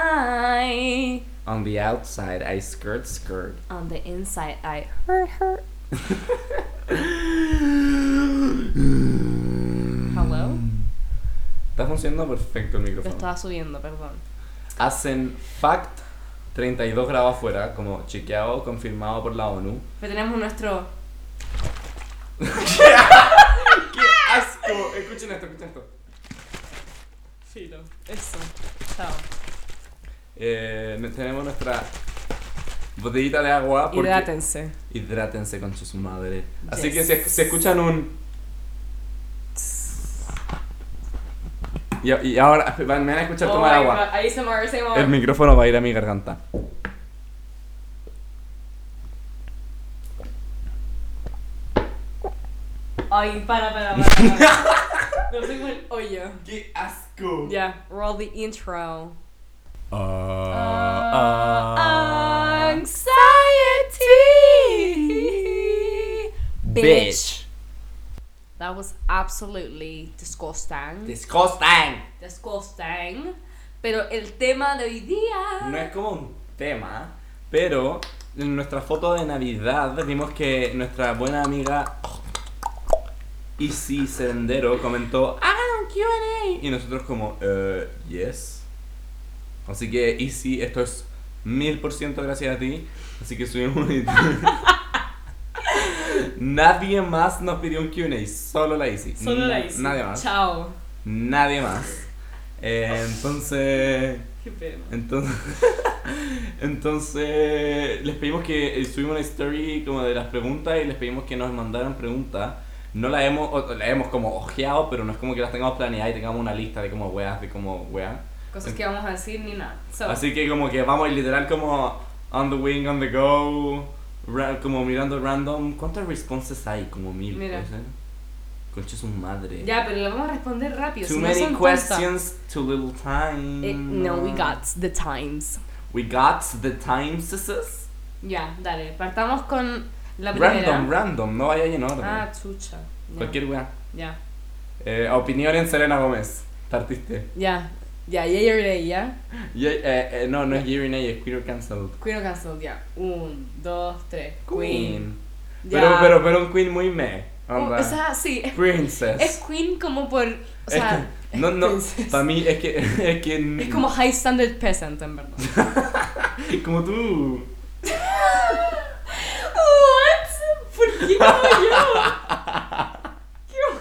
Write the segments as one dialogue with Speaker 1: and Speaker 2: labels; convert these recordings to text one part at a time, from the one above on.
Speaker 1: Hi.
Speaker 2: On the outside, I skirt skirt.
Speaker 1: On the inside, I hurt hurt. Hello.
Speaker 2: Mm. Está funcionando perfecto el
Speaker 1: Lo
Speaker 2: micrófono.
Speaker 1: estaba subiendo, perdón.
Speaker 2: Hacen fact 32 grados afuera, como chequeado, confirmado por la ONU.
Speaker 1: Pero tenemos nuestro.
Speaker 2: ¡Qué asco! Escuchen esto, escuchen esto.
Speaker 1: Filo. Eso. Chao.
Speaker 2: Eh, tenemos nuestra botellita de agua. porque-
Speaker 1: Hidrátense.
Speaker 2: Hidrátense con sus madres. Así
Speaker 1: Yes.
Speaker 2: que si, si escuchan un. Y, y ahora me van a escuchar tomar
Speaker 1: Oh my
Speaker 2: agua.
Speaker 1: God. Ahí se mueve, se mueve.
Speaker 2: El micrófono va a ir a mi garganta.
Speaker 1: Ay, para, para, para. para. Pero soy como el hoyo.
Speaker 2: ¡Qué asco!
Speaker 1: Ya, roll the intro.
Speaker 2: Ah, ah,
Speaker 1: anxiety. That was absolutely disgusting.
Speaker 2: Disgusting.
Speaker 1: disgusting. ¿eh? Pero el tema de hoy día.
Speaker 2: No es como un tema, pero en nuestra foto de Navidad vimos que nuestra buena amiga Izzy Sendero comentó "Ah, ¡Hagan un Q&A! Y nosotros como, eh, yes. Así que Izzy, esto es mil por ciento gracias a ti. Así que subimos un... Nadie más nos pidió un Q&A, solo la Izzy.
Speaker 1: Solo la
Speaker 2: Na-
Speaker 1: hice.
Speaker 2: Nadie más.
Speaker 1: Chao.
Speaker 2: Nadie más. Eh, entonces...
Speaker 1: Qué pena.
Speaker 2: Entonces, entonces les pedimos que eh, subimos una story como de las preguntas y les pedimos que nos mandaran preguntas. No las hemos, o- la hemos como ojeado, pero no es como que las tengamos planeadas y tengamos una lista de como weas, de como weas.
Speaker 1: Cosas que vamos a decir ni nada. So,
Speaker 2: Así que como que vamos literal como on the wing, on the go, ra- como mirando random. ¿Cuántas responses hay? Como mil.
Speaker 1: Mira.
Speaker 2: puede ser. Concha su madre.
Speaker 1: Ya, pero lo vamos a responder rápido.
Speaker 2: Too
Speaker 1: si no
Speaker 2: many
Speaker 1: son tontas.
Speaker 2: questions, too little time.
Speaker 1: Eh, no, we got the times.
Speaker 2: We got the time, sisters.
Speaker 1: Ya, dale. Partamos con la primera.
Speaker 2: Random, random, no vaya en orden.
Speaker 1: Ah, chucha. Ya.
Speaker 2: Cualquier weá.
Speaker 1: Ya.
Speaker 2: Eh, opinión en Selena Gómez. Partiste.
Speaker 1: Ya. Ya, ya, ya, ya, ya.
Speaker 2: Y- eh, eh, no, no es Yerin A, es Queer Cancelled.
Speaker 1: Queen o Cancel, ya. Un, dos, tres. Ya.
Speaker 2: Pero, pero, pero un Queen muy meh.
Speaker 1: Oh,
Speaker 2: Onda.
Speaker 1: o sea, sí. Es,
Speaker 2: Princess.
Speaker 1: es Queen como por. O
Speaker 2: Es
Speaker 1: sea.
Speaker 2: que- no, no,
Speaker 1: princess.
Speaker 2: para mí es que. Es, que,
Speaker 1: Es como High Standard Peasant, en verdad.
Speaker 2: Como tú.
Speaker 1: ¿What? ¿Por qué como yo? ¿Qué-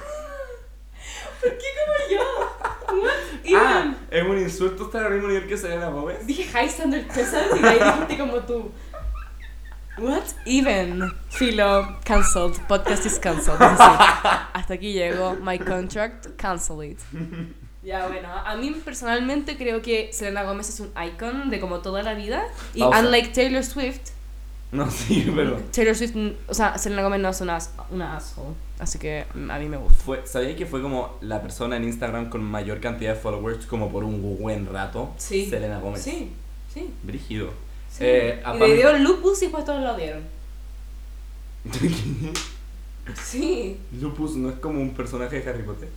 Speaker 1: ¿Por qué como yo? ¿What?
Speaker 2: Ah,
Speaker 1: Even?
Speaker 2: es un insulto estar al mismo nivel que Selena Gómez.
Speaker 1: Dije High Standard Peasant y de ahí dijiste como tú. What? Even. Filo, cancelled. Podcast is cancelled. Es decir, hasta aquí llegó. My contract, cancel it. Ya, bueno, a mí personalmente creo que Selena Gómez es un icon de como toda la vida. Y
Speaker 2: Pausa.
Speaker 1: unlike Taylor Swift,
Speaker 2: No, sí, pero.
Speaker 1: Taylor Swift, mm, o sea, Selena Gomez no es una, as- una asshole, así que mm, a mí me gusta.
Speaker 2: Fue, ¿Sabíais que fue como la persona en Instagram con mayor cantidad de followers como por un buen rato?
Speaker 1: Sí.
Speaker 2: Selena Gómez.
Speaker 1: Sí, sí.
Speaker 2: Brígido.
Speaker 1: sí.
Speaker 2: Eh, a
Speaker 1: y
Speaker 2: Pam-
Speaker 1: le dio lupus y después todos lo odiaron. Sí,
Speaker 2: Lupus no es como un personaje de Harry Potter.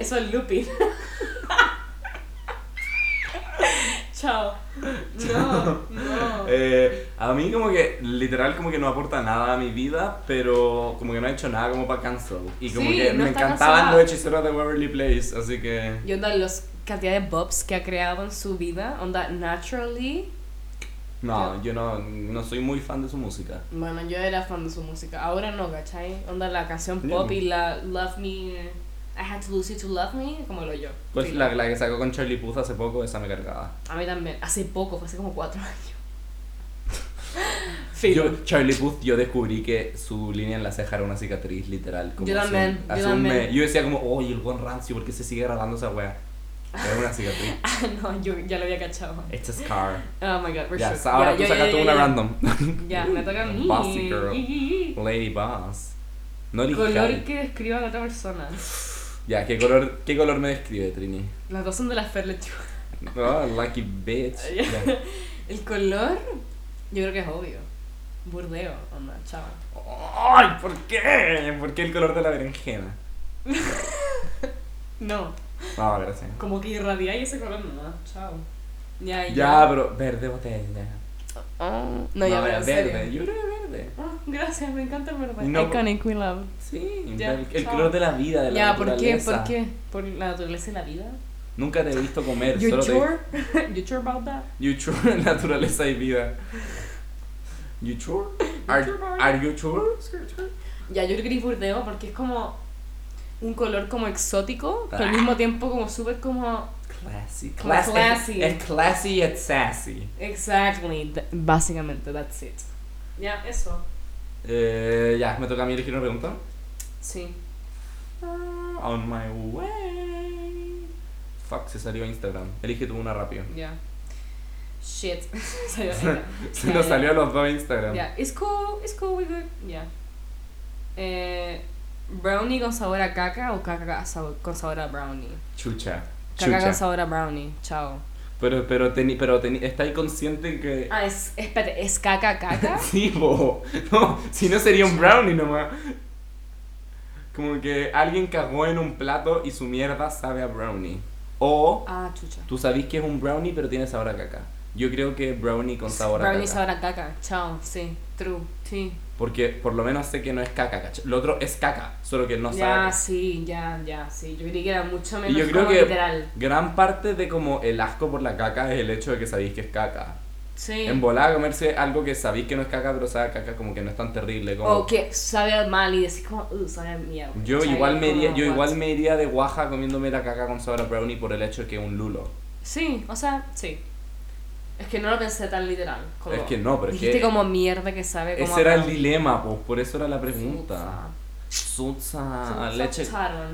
Speaker 1: eso es Lupin. Chao. No, no.
Speaker 2: Eh, a mí como que literal como que no aporta nada a mi vida, pero como que no ha hecho nada como para cancel. Y como
Speaker 1: Sí,
Speaker 2: que
Speaker 1: no
Speaker 2: me
Speaker 1: está
Speaker 2: encantaban
Speaker 1: cancelada.
Speaker 2: los hechiceros de Waverly Place, así que...
Speaker 1: Y onda, los cantidad de bobs que ha creado en su vida, onda, naturally.
Speaker 2: No, yo no, no soy muy fan de su música.
Speaker 1: Bueno, yo era fan de su música, ahora no, ¿cachai? Onda, la canción
Speaker 2: Bien.
Speaker 1: pop y la Love Me, I Had to Lose You to Love Me, como lo yo.
Speaker 2: Pues
Speaker 1: Sí.
Speaker 2: la, la que sacó con Charlie Puth hace poco, esa me cargaba.
Speaker 1: A mí también, hace poco, fue hace como cuatro años. Filo.
Speaker 2: Yo, Charlie Puth, yo descubrí que su línea en la ceja era una cicatriz literal. Como
Speaker 1: Yo
Speaker 2: hace un-
Speaker 1: también, yo
Speaker 2: hace un
Speaker 1: también.
Speaker 2: mes. Yo decía como, oye, el buen rancio, ¿por qué se sigue grabando esa wea? Era una cicatriz.
Speaker 1: Ah, no, yo ya lo había cachado.
Speaker 2: It's a scar.
Speaker 1: Oh my god, we're
Speaker 2: Eh. Ya,
Speaker 1: shook.
Speaker 2: ahora
Speaker 1: Ya,
Speaker 2: tú
Speaker 1: ya,
Speaker 2: sacas
Speaker 1: ya,
Speaker 2: tú
Speaker 1: ya,
Speaker 2: una
Speaker 1: ya.
Speaker 2: random.
Speaker 1: Ya, me toca a mí.
Speaker 2: Bossy girl. Lady Boss. No
Speaker 1: Color
Speaker 2: elijáis.
Speaker 1: que describa a otra persona.
Speaker 2: Ya, ¿qué color, ¿qué color me describe, Trini?
Speaker 1: Las dos son de la Ferlechu.
Speaker 2: Oh, lucky bitch. Ya.
Speaker 1: El color, yo creo que es obvio. Burdeo, onda, chao.
Speaker 2: ¡Ay! ¿Por qué? ¿Por qué el color de la berenjena?
Speaker 1: No,
Speaker 2: No, gracias.
Speaker 1: como que irradia y ese color no, chao. Ya, y
Speaker 2: Ya, pero verde botella.
Speaker 1: Oh, no, ya, pero en serio.
Speaker 2: verde. Yo creo que verde.
Speaker 1: Ah, gracias, me encanta el verde.
Speaker 2: No,
Speaker 1: Iconic, we love.
Speaker 2: Sí,
Speaker 1: Ya,
Speaker 2: el, el
Speaker 1: chao.
Speaker 2: color de la vida, de la
Speaker 1: Ya, ¿por qué?
Speaker 2: naturaleza.
Speaker 1: ¿Por qué? ¿Por la naturaleza y la vida?
Speaker 2: Nunca te he visto comer,
Speaker 1: You
Speaker 2: solo te-
Speaker 1: sure? You sure about that?
Speaker 2: You sure, naturaleza y vida. You sure? Are,
Speaker 1: sure about
Speaker 2: are you sure?
Speaker 1: Ya, yo el gris burdeo porque es como un color como exótico, pero
Speaker 2: Ah.
Speaker 1: al mismo tiempo como súper como...
Speaker 2: Classy.
Speaker 1: Como classy.
Speaker 2: Es, es classy y es sassy.
Speaker 1: Exactly. th- Básicamente, that's it. Ya, eso.
Speaker 2: Eh, ya, me toca a mí elegir una pregunta.
Speaker 1: Sí.
Speaker 2: Ah, On my way. Fuck, se salió Instagram. Elige tú una rápido.
Speaker 1: Ya. Shit. Salió ahí.
Speaker 2: Se
Speaker 1: Ya,
Speaker 2: nos
Speaker 1: ya.
Speaker 2: salió a los dos Instagram.
Speaker 1: Yeah, it's cool, it's cool, we good. Yeah. Eh, brownie con sabor a caca o caca a sabo- con sabor a brownie.
Speaker 2: Chucha.
Speaker 1: Caca
Speaker 2: Chucha.
Speaker 1: con sabor a brownie. Chao.
Speaker 2: Pero, pero, teni, pero teni, ¿estáis consciente que.?
Speaker 1: Ah, es, espérate, ¿es caca caca?
Speaker 2: Sí, bo. No, si no sería un brownie nomás. Como que alguien cagó en un plato y su mierda sabe a brownie. O
Speaker 1: Ah, chucha.
Speaker 2: tú sabís que es un brownie pero tiene sabor a caca. Yo creo que brownie con sabor a
Speaker 1: brownie
Speaker 2: caca.
Speaker 1: sabor a caca. Chao, sí. True. Sí.
Speaker 2: Porque por lo menos sé que no es caca, ¿cachai? Lo otro es caca, solo que no sabe. a
Speaker 1: ya,
Speaker 2: caca.
Speaker 1: sí, ya, ya, sí. Yo creí que era mucho menos
Speaker 2: Y yo creo
Speaker 1: como
Speaker 2: que
Speaker 1: literal.
Speaker 2: gran parte de como el asco por la caca es el hecho de que sabéis que es caca.
Speaker 1: Sí.
Speaker 2: En volada comerse algo que sabéis que no es caca, pero sabe a caca como que no es tan terrible. Como...
Speaker 1: O que sabe mal y decís como, uh, sabe a mierda.
Speaker 2: Yo
Speaker 1: ¿Cachai?
Speaker 2: igual me iría,
Speaker 1: Como,
Speaker 2: yo
Speaker 1: what?
Speaker 2: igual me iría de guaja comiéndome la caca con sabor a brownie por el hecho de que es un lulo.
Speaker 1: Sí, o sea, sí. Es que no lo pensé tan literal. Como,
Speaker 2: Es que no, pero es
Speaker 1: dijiste
Speaker 2: que-
Speaker 1: como mierda que sabe como.
Speaker 2: Ese era el dilema, pues, por eso era la pregunta. Suza, Ah, leche,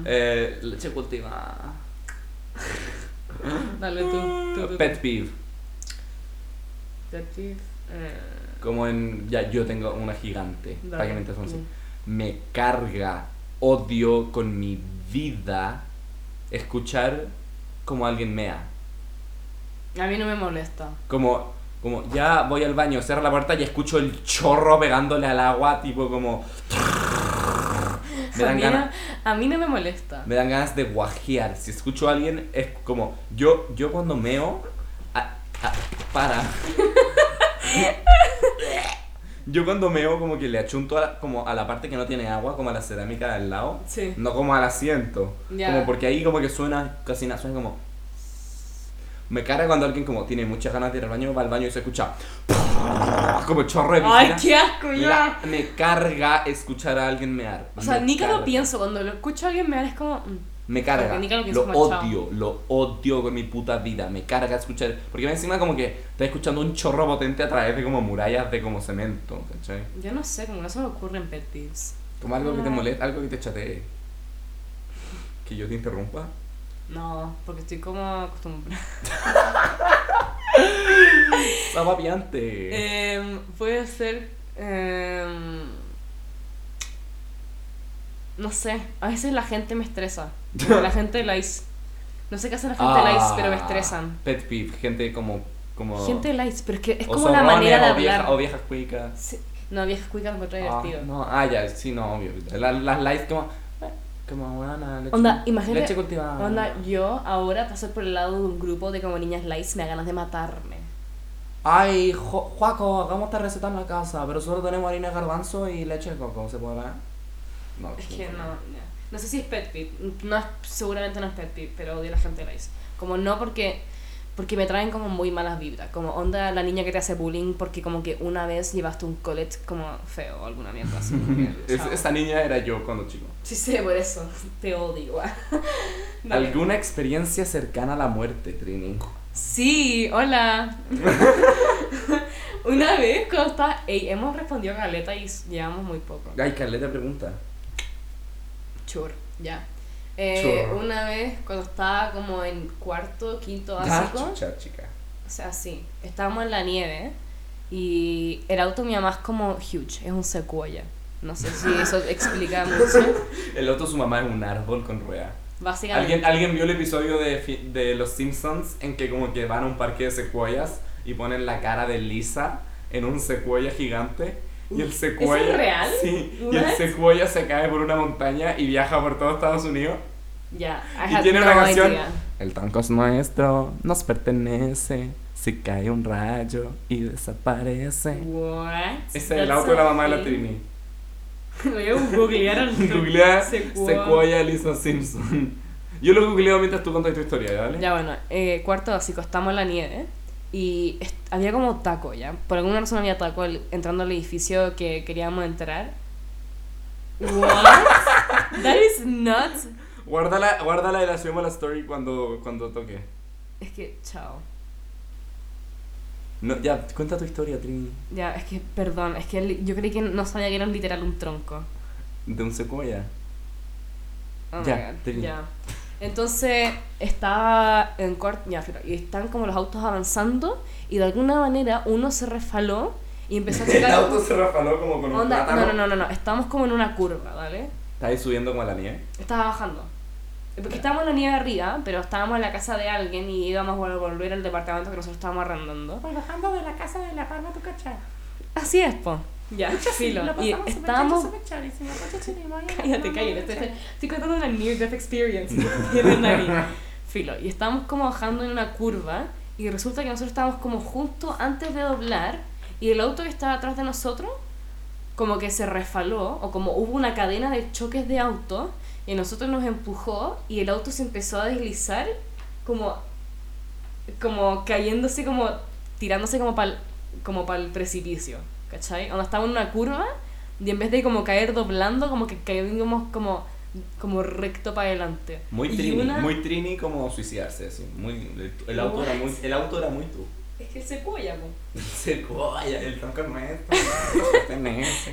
Speaker 2: eh, leche cultivada.
Speaker 1: Dale tú. tú, tú,
Speaker 2: Pet
Speaker 1: tú.
Speaker 2: peeve,
Speaker 1: Pet peeve, eh,
Speaker 2: como en ya yo tengo una gigante,
Speaker 1: dale,
Speaker 2: para que me entiendas
Speaker 1: tú.
Speaker 2: así. Me carga, odio con mi vida escuchar como alguien mea.
Speaker 1: A mí no me molesta.
Speaker 2: Como, como ya voy al baño, cierro la puerta y escucho el chorro pegándole al agua, tipo como. Me
Speaker 1: a,
Speaker 2: dan
Speaker 1: mí no-
Speaker 2: ganas.
Speaker 1: a mí no me molesta.
Speaker 2: Me dan ganas de guajear. Si escucho a alguien, es como. Yo, yo cuando meo. a- a- para. Yo cuando meo como que le achunto a la, como a la parte que no tiene agua, como a la cerámica del lado.
Speaker 1: Sí.
Speaker 2: No como al asiento.
Speaker 1: Ya.
Speaker 2: Como porque ahí como que suena, casi nada, suena como... Me cara cuando alguien como tiene muchas ganas de ir al baño, va al baño y se escucha... Como chorro de
Speaker 1: Ay,
Speaker 2: piscina.
Speaker 1: qué asco,
Speaker 2: Me
Speaker 1: ya.
Speaker 2: da- Me, carga escuchar a alguien mear.
Speaker 1: O sea,
Speaker 2: Me
Speaker 1: ni que lo
Speaker 2: carga.
Speaker 1: pienso. Cuando lo escucho a alguien me da es como. mm,
Speaker 2: Me carga.
Speaker 1: Porque ni que lo pienso
Speaker 2: Lo
Speaker 1: como, chao.
Speaker 2: odio, lo odio con mi puta vida. Me carga escuchar... Porque encima como que estás escuchando un chorro potente a través de como murallas de como cemento, ¿cachai?
Speaker 1: Yo no sé, como no se me ocurren pet peeves.
Speaker 2: Como algo que te
Speaker 1: Ah.
Speaker 2: molesta, algo que te chatee. Que yo te interrumpa.
Speaker 1: No, porque estoy como acostumbrada.
Speaker 2: Sabapiante.
Speaker 1: Em, puede ser. em, no sé, a veces la gente me estresa. Como La gente del ICE. No sé qué hace la gente del ICE, pero me estresan.
Speaker 2: Ah. Pet peeve, gente como. como
Speaker 1: Gente del ICE, pero es que es
Speaker 2: Oh. o
Speaker 1: como la
Speaker 2: zorrones,
Speaker 1: manera de
Speaker 2: o vieja-
Speaker 1: hablar.
Speaker 2: o viejas cuicas.
Speaker 1: Sí. No, viejas cuicas lo encuentro
Speaker 2: Ah,
Speaker 1: divertido.
Speaker 2: no, ah, ya, sí, no, obvio. La- las likes como. eh, Como buena leche.
Speaker 1: Onda, imagínate-
Speaker 2: Leche cultivada.
Speaker 1: Onda, yo ahora pasar por el lado de un grupo de como niñas lights me da ganas de matarme.
Speaker 2: Ay, Jo- Joaco, acabamos de recetar en la casa, pero solo tenemos harina de garbanzo y leche de coco, ¿se podrá? No,
Speaker 1: Es que no, no. No sé si es pet peeve. No es, seguramente no es pet peeve, pero odio a la gente de la ICE. Como no porque porque me traen como muy malas vibras. Como onda la niña que te hace bullying porque como que una vez llevaste un colet como feo o alguna mierda así.
Speaker 2: Es-
Speaker 1: Chao.
Speaker 2: esa niña era yo cuando chico.
Speaker 1: Sí sé, por eso. Te odio. ah. Dale.
Speaker 2: ¿Alguna experiencia cercana a la muerte, Trini?
Speaker 1: Sí, hola. una vez cuando estaba... Ey, hemos respondido a Galeta y llevamos muy poco.
Speaker 2: Ay, Carleta pregunta.
Speaker 1: Chur, ya. Eh,
Speaker 2: Chur.
Speaker 1: Una vez cuando estaba como en cuarto, quinto
Speaker 2: Ah,
Speaker 1: básico,
Speaker 2: chucha, chica.
Speaker 1: o sea, sí, estábamos en la nieve y el auto de mi mamá es como huge, es un secuoya. No sé si eso explica mucho.
Speaker 2: El otro, su mamá es un árbol con rueda.
Speaker 1: Básicamente.
Speaker 2: ¿Alguien, ¿Alguien vio el episodio de, fi- de Los Simpsons en que como que van a un parque de secuoyas y ponen la cara de Lisa en un secuoya gigante? Y el secuoya...
Speaker 1: ¿Eso es real?
Speaker 2: Sí. Y el
Speaker 1: What?
Speaker 2: secuoya se cae por una montaña y viaja por todo Estados Unidos.
Speaker 1: Ya, I
Speaker 2: Y
Speaker 1: had
Speaker 2: tiene
Speaker 1: no
Speaker 2: una canción...
Speaker 1: idea.
Speaker 2: El tanco es nuestro, nos pertenece. Se cae un rayo y desaparece.
Speaker 1: What?
Speaker 2: Ese es el auto de la mamá de la Trini.
Speaker 1: Voy a googlear al
Speaker 2: Googlear
Speaker 1: Sequoia.
Speaker 2: Sequoia Lisa Simpson. Yo lo googleo mientras tú contas tu historia, ¿vale?
Speaker 1: Ya bueno, eh, cuarto básico, estamos en la nieve y est- había como taco ya. Por alguna razón había taco al- entrando al edificio que queríamos entrar. What? That is nuts.
Speaker 2: Guárdala, guárdala y la subimos a la story cuando, cuando toque.
Speaker 1: Es que, chao.
Speaker 2: No, ya, cuenta tu historia, Trini.
Speaker 1: Ya, es que, perdón, es que li- yo creí que no sabía que era literal un tronco.
Speaker 2: De un secuoya.
Speaker 1: Oh my
Speaker 2: Ya,
Speaker 1: God,
Speaker 2: te vi.
Speaker 1: ya. Entonces estaba en cuarto, ya, filo, y están como los autos avanzando y de alguna manera uno se resfaló y empezó a chocar.
Speaker 2: se rafaló como con
Speaker 1: Onda,
Speaker 2: plátano.
Speaker 1: no, no, no, no, no, estábamos como en una curva, ¿vale?
Speaker 2: ¿Estás ahí subiendo como a la nieve?
Speaker 1: Estaba bajando. Porque estábamos en la nieve arriba, pero estábamos en la casa de alguien y íbamos a vol- volver al departamento que nosotros estábamos arrendando.
Speaker 3: Pues Bajando de la casa de la palma tu cacha.
Speaker 1: Así es, po. Ya, filo. Y estábamos Cállate, cállate. Estoy, estoy contando una near death experience. de Nani. Filo. Y estábamos como bajando en una curva y resulta que nosotros estábamos como justo antes de doblar y el auto que estaba atrás de nosotros como que se resfaló o como hubo una cadena de choques de autos y a nosotros nos empujó y el auto se empezó a deslizar como como cayéndose como tirándose como para como para el precipicio, ¿cachai? Cuando estaba en una curva y en vez de como caer doblando, como que caímos como, como recto para adelante.
Speaker 2: Muy
Speaker 1: Y
Speaker 2: Trini,
Speaker 1: una-
Speaker 2: muy Trini como suicidarse, así. Muy, el, el auto era muy, el auto era muy tú.
Speaker 1: Es que se cuella, po.
Speaker 2: Secuoya, el tronco es este maestro.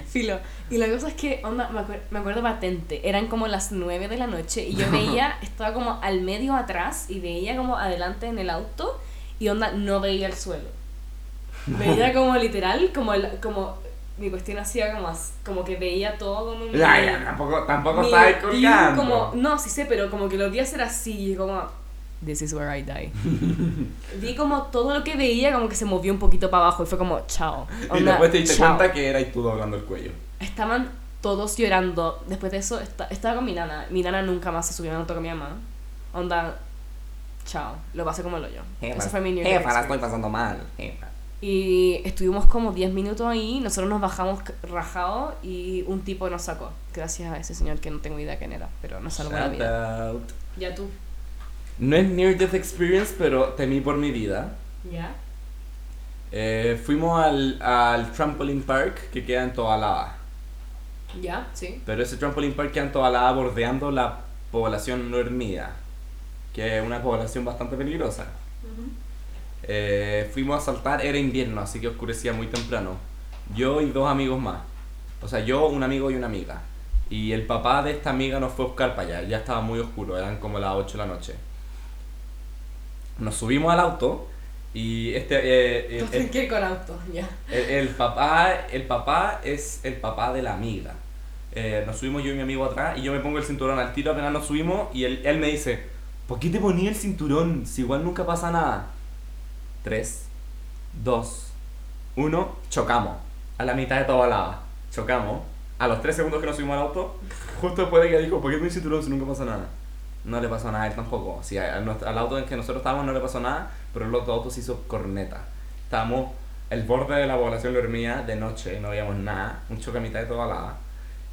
Speaker 1: Filo. Y la cosa es que, onda, me, acuer- me acuerdo patente, eran como las 9 de la noche y yo veía, estaba como al medio atrás y veía como adelante en el auto y onda, no veía el suelo. Veía como literal, como, el- como mi cuestión hacía como, as- como que veía todo como... en-
Speaker 2: Ya, ya, tampoco, tampoco
Speaker 1: Mi
Speaker 2: estaba ahí
Speaker 1: view
Speaker 2: colgando.
Speaker 1: como, no, sí sé, pero como que los días era así, y como... This is where I die. Vi como todo lo que veía como que se movió un poquito para abajo y fue como, chao.
Speaker 2: Y
Speaker 1: onda,
Speaker 2: después te diste
Speaker 1: chao.
Speaker 2: cuenta que eras tú doblando el cuello.
Speaker 1: Estaban todos llorando. Después de eso esta- estaba con mi nana. Mi nana nunca más se subió a un auto con mi mamá. Onda, chao. Lo pasé como lo yo. Ese fue mi New Year's experience.
Speaker 2: pasando mal.
Speaker 1: Y estuvimos como 10 minutos ahí, nosotros nos bajamos c- rajados y un tipo nos sacó. Gracias a ese señor que no tengo idea quién era, pero nos salvó la vida. Ya tú.
Speaker 2: No es near death experience, pero temí por mi vida.
Speaker 1: ¿Ya?
Speaker 2: Eh, fuimos al, al trampoline park que queda en Tobalaba.
Speaker 1: ¿Ya? Sí.
Speaker 2: Pero ese trampoline park queda en Tobalaba bordeando la población no hermida, que es una población bastante peligrosa. Eh, fuimos a saltar, era invierno, así que oscurecía muy temprano. Yo y dos amigos más. O sea, yo, un amigo y una amiga. Y el papá de esta amiga nos fue a buscar para allá, ya estaba muy oscuro, eran como las 8 de la noche. Nos subimos al auto y este... eh, el- el-
Speaker 1: que con auto, ya.
Speaker 2: el, el papá, el papá es el papá de la amiga. Eh, nos subimos yo y mi amigo atrás y yo me pongo el cinturón al tiro apenas nos subimos y él, él me dice, ¿por qué te ponía el cinturón si igual nunca pasa nada? 3, 2, 1, chocamos. A la mitad de toda la... Chocamos. A los 3 segundos que nos subimos al auto, justo después de que dijo, ¿por qué ponía el cinturón si nunca pasa nada? No le pasó nada a él tampoco. Sí, a- a nuestro- al auto en que nosotros estábamos no le pasó nada, pero el otro auto se hizo corneta. Estábamos el borde de la población dormía de noche, no veíamos nada, un choque a mitad de toda la...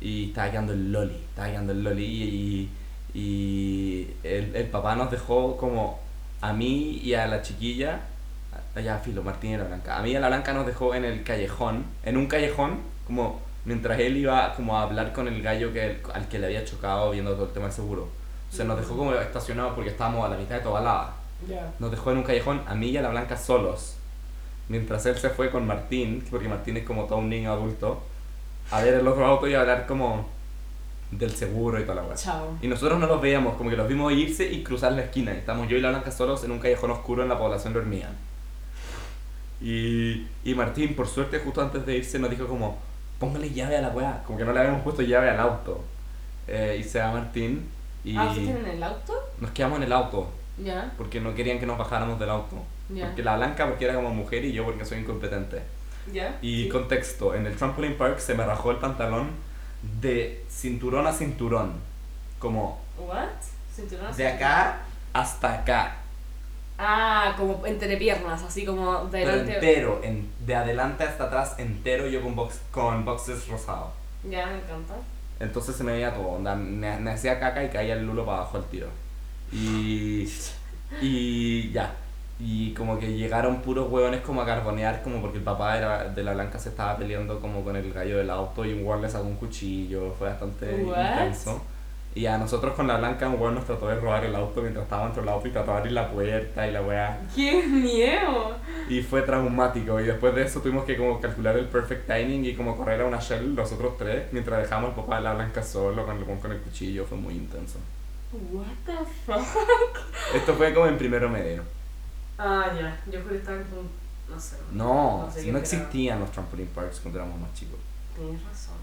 Speaker 2: Y estaba quedando el loli, estaba quedando el loli y, y, y el, el papá nos dejó como a mí y a la chiquilla, allá Filo, Martín y la Blanca, a mí y a la Blanca nos dejó en el callejón, en un callejón, como mientras él iba como a hablar con el gallo que, al que le había chocado viendo todo el tema del seguro. O sea, nos dejó como estacionados porque estábamos a la mitad de toda la...
Speaker 1: Ya.
Speaker 2: Nos dejó en un callejón a mí y a la Blanca solos. Mientras él se fue con Martín, porque Martín es como todo un niño adulto, a ver el otro auto y a hablar como del seguro y toda la weá.
Speaker 1: Chao.
Speaker 2: Y nosotros no los veíamos, como que los vimos irse y cruzar la esquina. Y Estamos yo y la Blanca solos en un callejón oscuro en la población de Hormiga. Y, y Martín, por suerte, justo antes de irse, nos dijo como, póngale llave a la weá. Como que no le habíamos puesto llave al auto. Eh, y se va Martín y
Speaker 1: Ah, ¿ustedes en el auto?
Speaker 2: nos quedamos en el auto
Speaker 1: Ya.
Speaker 2: porque no querían que nos bajáramos del auto.
Speaker 1: Ya.
Speaker 2: Porque la blanca porque era como mujer y yo porque soy incompetente.
Speaker 1: Ya.
Speaker 2: Y
Speaker 1: Sí.
Speaker 2: contexto, en el trampoline park se me rajó el pantalón de cinturón a cinturón. Como
Speaker 1: Ah, What? Cinturón
Speaker 2: de acá hasta acá.
Speaker 1: Ah, como entre piernas, así como
Speaker 2: Pero
Speaker 1: delante.
Speaker 2: entero, en- de adelante hasta atrás, entero yo con, box, con boxes rosados.
Speaker 1: Ya, me encanta.
Speaker 2: Entonces se me veía todo, onda, me, me hacía caca y caía el lulo para abajo el tiro. Y. Y ya. Y como que llegaron puros hueones como a carbonear, como porque el papá era, de la blanca se estaba peleando como con el gallo del auto y un hueón le sacó un cuchillo, fue bastante
Speaker 1: What?
Speaker 2: intenso. Y a nosotros con la blanca un hueón nos trató de robar el auto mientras estaba dentro del auto y trató de abrir la puerta y la weá.
Speaker 1: ¡Qué miedo!
Speaker 2: Y fue traumático. Y después de eso tuvimos que como calcular el perfect timing y como correr a una shell los otros tres mientras dejamos al papá de la blanca solo con el, con el cuchillo. Fue muy intenso.
Speaker 1: What the fuck?
Speaker 2: Esto fue como en primero medio.
Speaker 1: Ah, ya. Yo juré que estaban como. No sé.
Speaker 2: No,
Speaker 1: No sé
Speaker 2: si
Speaker 1: qué
Speaker 2: no
Speaker 1: esperaba.
Speaker 2: existían los trampoline parks cuando éramos más chicos.
Speaker 1: Tienes razón.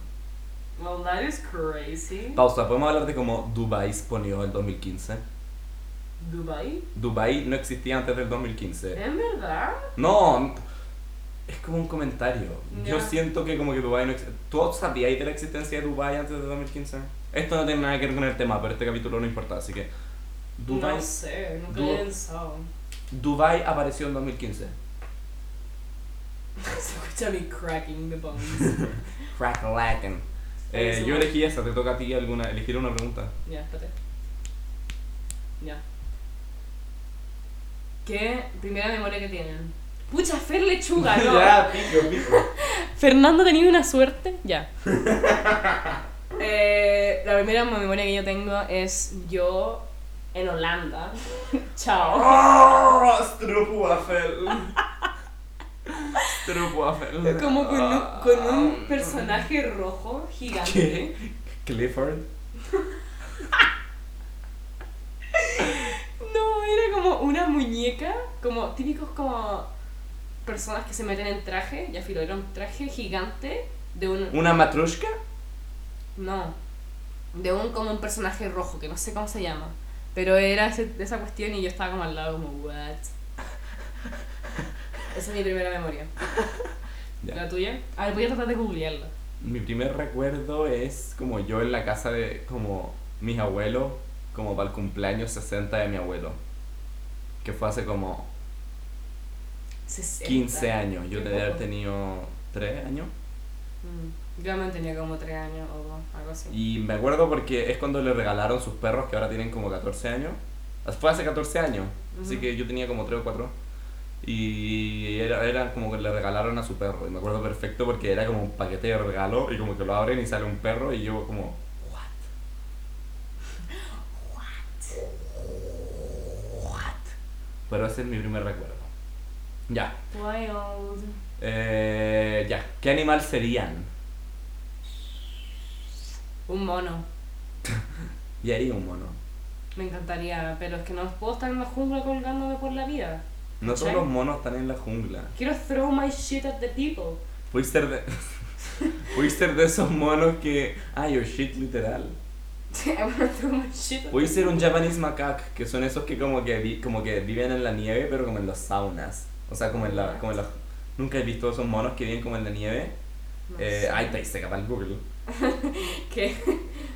Speaker 1: Well, that is crazy.
Speaker 2: Pausa, podemos hablar de cómo Dubai se ponió el 2015.
Speaker 1: Dubai.
Speaker 2: Dubai no existía antes del 2015.
Speaker 1: ¿En verdad?
Speaker 2: No, es como un comentario. Yo
Speaker 1: Ya.
Speaker 2: siento que como que Dubai no existe. ¿Tú sabías de la existencia de Dubai antes de 2015? Esto no tiene nada que ver con el tema, pero este capítulo no importa, así que Dubai,
Speaker 1: No sé, nunca
Speaker 2: Du-
Speaker 1: lo he pensado.
Speaker 2: Dubai apareció en 2015.
Speaker 1: Se escucha mi cracking the bones.
Speaker 2: Crack Latin. Eh,
Speaker 1: Sí, sí.
Speaker 2: yo elegí esa, te toca a ti alguna, elegir una pregunta.
Speaker 1: ya, espérate. Ya. ¿Qué primera memoria que tienen? Pucha, Fer Lechuga, ¿no?
Speaker 2: ya, pico, pico.
Speaker 1: Fernando ha tenido una suerte. Ya. Eh, la primera memoria que yo tengo es yo en Holanda. Chao.
Speaker 2: ¡Oh! Stroopwafel. Stroopwafel.
Speaker 1: Como con un, con un personaje rojo gigante.
Speaker 2: Ah. ¿Qué? Clifford.
Speaker 1: No, era como una muñeca, como típicos como personas que se meten en traje, ya filo, era un traje gigante de un...
Speaker 2: ¿Una matrushka?
Speaker 1: No, de un como un personaje rojo, que no sé cómo se llama, pero era ese- de esa cuestión y yo estaba como al lado como, what? Esa es mi primera memoria.
Speaker 2: Ya.
Speaker 1: ¿La tuya? A ver, voy a tratar de googlearla.
Speaker 2: Mi primer recuerdo es como yo en la casa de como mis abuelos, como para el cumpleaños 60 de mi abuelo, que fue hace como
Speaker 1: 60.
Speaker 2: 15 años. Yo
Speaker 1: Qué
Speaker 2: debía haber
Speaker 1: poco.
Speaker 2: tenido 3 años.
Speaker 1: Mm, Yo también tenía como 3 años o dos, algo así.
Speaker 2: Y me acuerdo porque es cuando le regalaron sus perros que ahora tienen como 14 años. Fue hace 14 años, así
Speaker 1: Ujú.
Speaker 2: que yo tenía como 3 o 4. Y era, era como que le regalaron a su perro. Y me acuerdo perfecto porque era como un paquete de regalo y como que lo abren y sale un perro y yo como... ¿What? ¿What? Pero ese es mi primer recuerdo. Ya.
Speaker 1: Wild.
Speaker 2: Eh, ya. ¿Qué animal serían?
Speaker 1: Un mono.
Speaker 2: Y haría un mono.
Speaker 1: Me encantaría, pero es que no puedo estar en la jungla colgándome por la vida.
Speaker 2: No todos
Speaker 1: ¿Cachai?
Speaker 2: los monos están en la jungla.
Speaker 1: Quiero throw my shit at the people.
Speaker 2: Fuiste ser de... Fuiste ser de esos monos que... Ah, your shit literal.
Speaker 1: I wanna throw my shit at
Speaker 2: Fuiste ser un Japanese macaque, que son esos que como que, vi- como que viven en la nieve, pero como en las saunas. O sea, como en la... Como en la- Nunca he visto esos monos que viven como en la nieve.
Speaker 1: No
Speaker 2: Eh,
Speaker 1: sé.
Speaker 2: ay, te hice capaz el Google.
Speaker 1: ¿Qué?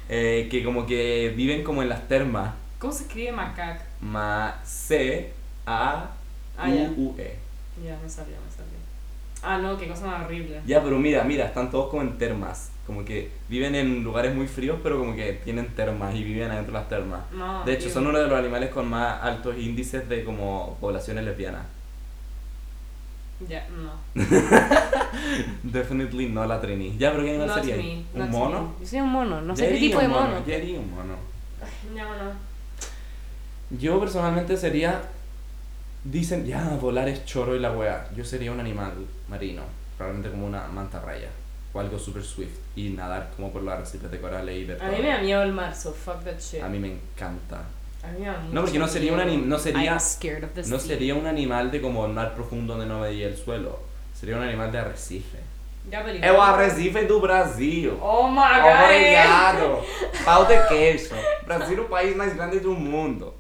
Speaker 2: Eh, que como que viven como en las termas.
Speaker 1: ¿Cómo se escribe macaque?
Speaker 2: Ma... C... A...
Speaker 1: Ah, ya.
Speaker 2: U... U... E.
Speaker 1: Ya, me salió, me salió. Ah, no, qué cosa más horrible.
Speaker 2: Ya, pero mira, mira, están todos como en termas. Como que viven en lugares muy fríos, pero como que tienen termas y viven adentro de las termas.
Speaker 1: No,
Speaker 2: De hecho,
Speaker 1: ew.
Speaker 2: son uno de los animales con más altos índices de como poblaciones lesbianas.
Speaker 1: Ya, no.
Speaker 2: Definitely no la trini. Ya, pero ¿qué animal
Speaker 1: Not
Speaker 2: sería?
Speaker 1: me,
Speaker 2: ¿Un
Speaker 1: not
Speaker 2: mono?
Speaker 1: me. Yo soy un mono, no sé
Speaker 2: Ya
Speaker 1: qué
Speaker 2: haría
Speaker 1: tipo
Speaker 2: un
Speaker 1: de mono.
Speaker 2: Ya haría un mono.
Speaker 1: No, no.
Speaker 2: Yo personalmente sería... Dicen, ya, volar es choro y la weá. Yo sería un animal marino, probablemente como una mantarraya o algo super swift y nadar como por los arrecifes de corales y ver
Speaker 1: A mí
Speaker 2: todo.
Speaker 1: me da miedo el mar, so fuck that shit.
Speaker 2: A mí me encanta.
Speaker 1: A mí me da mucho
Speaker 2: No, porque no sería un
Speaker 1: miedo.
Speaker 2: anim- no sería-
Speaker 1: I'm scared of the
Speaker 2: No
Speaker 1: sea.
Speaker 2: sería un animal de como mar profundo donde no veía el suelo. Sería un animal de arrecife.
Speaker 1: Ya, pero
Speaker 2: É o arrecife do Brasil.
Speaker 1: Oh my god.
Speaker 2: Obrigado. Pau de queijo. Brasil é o país mais grande do mundo.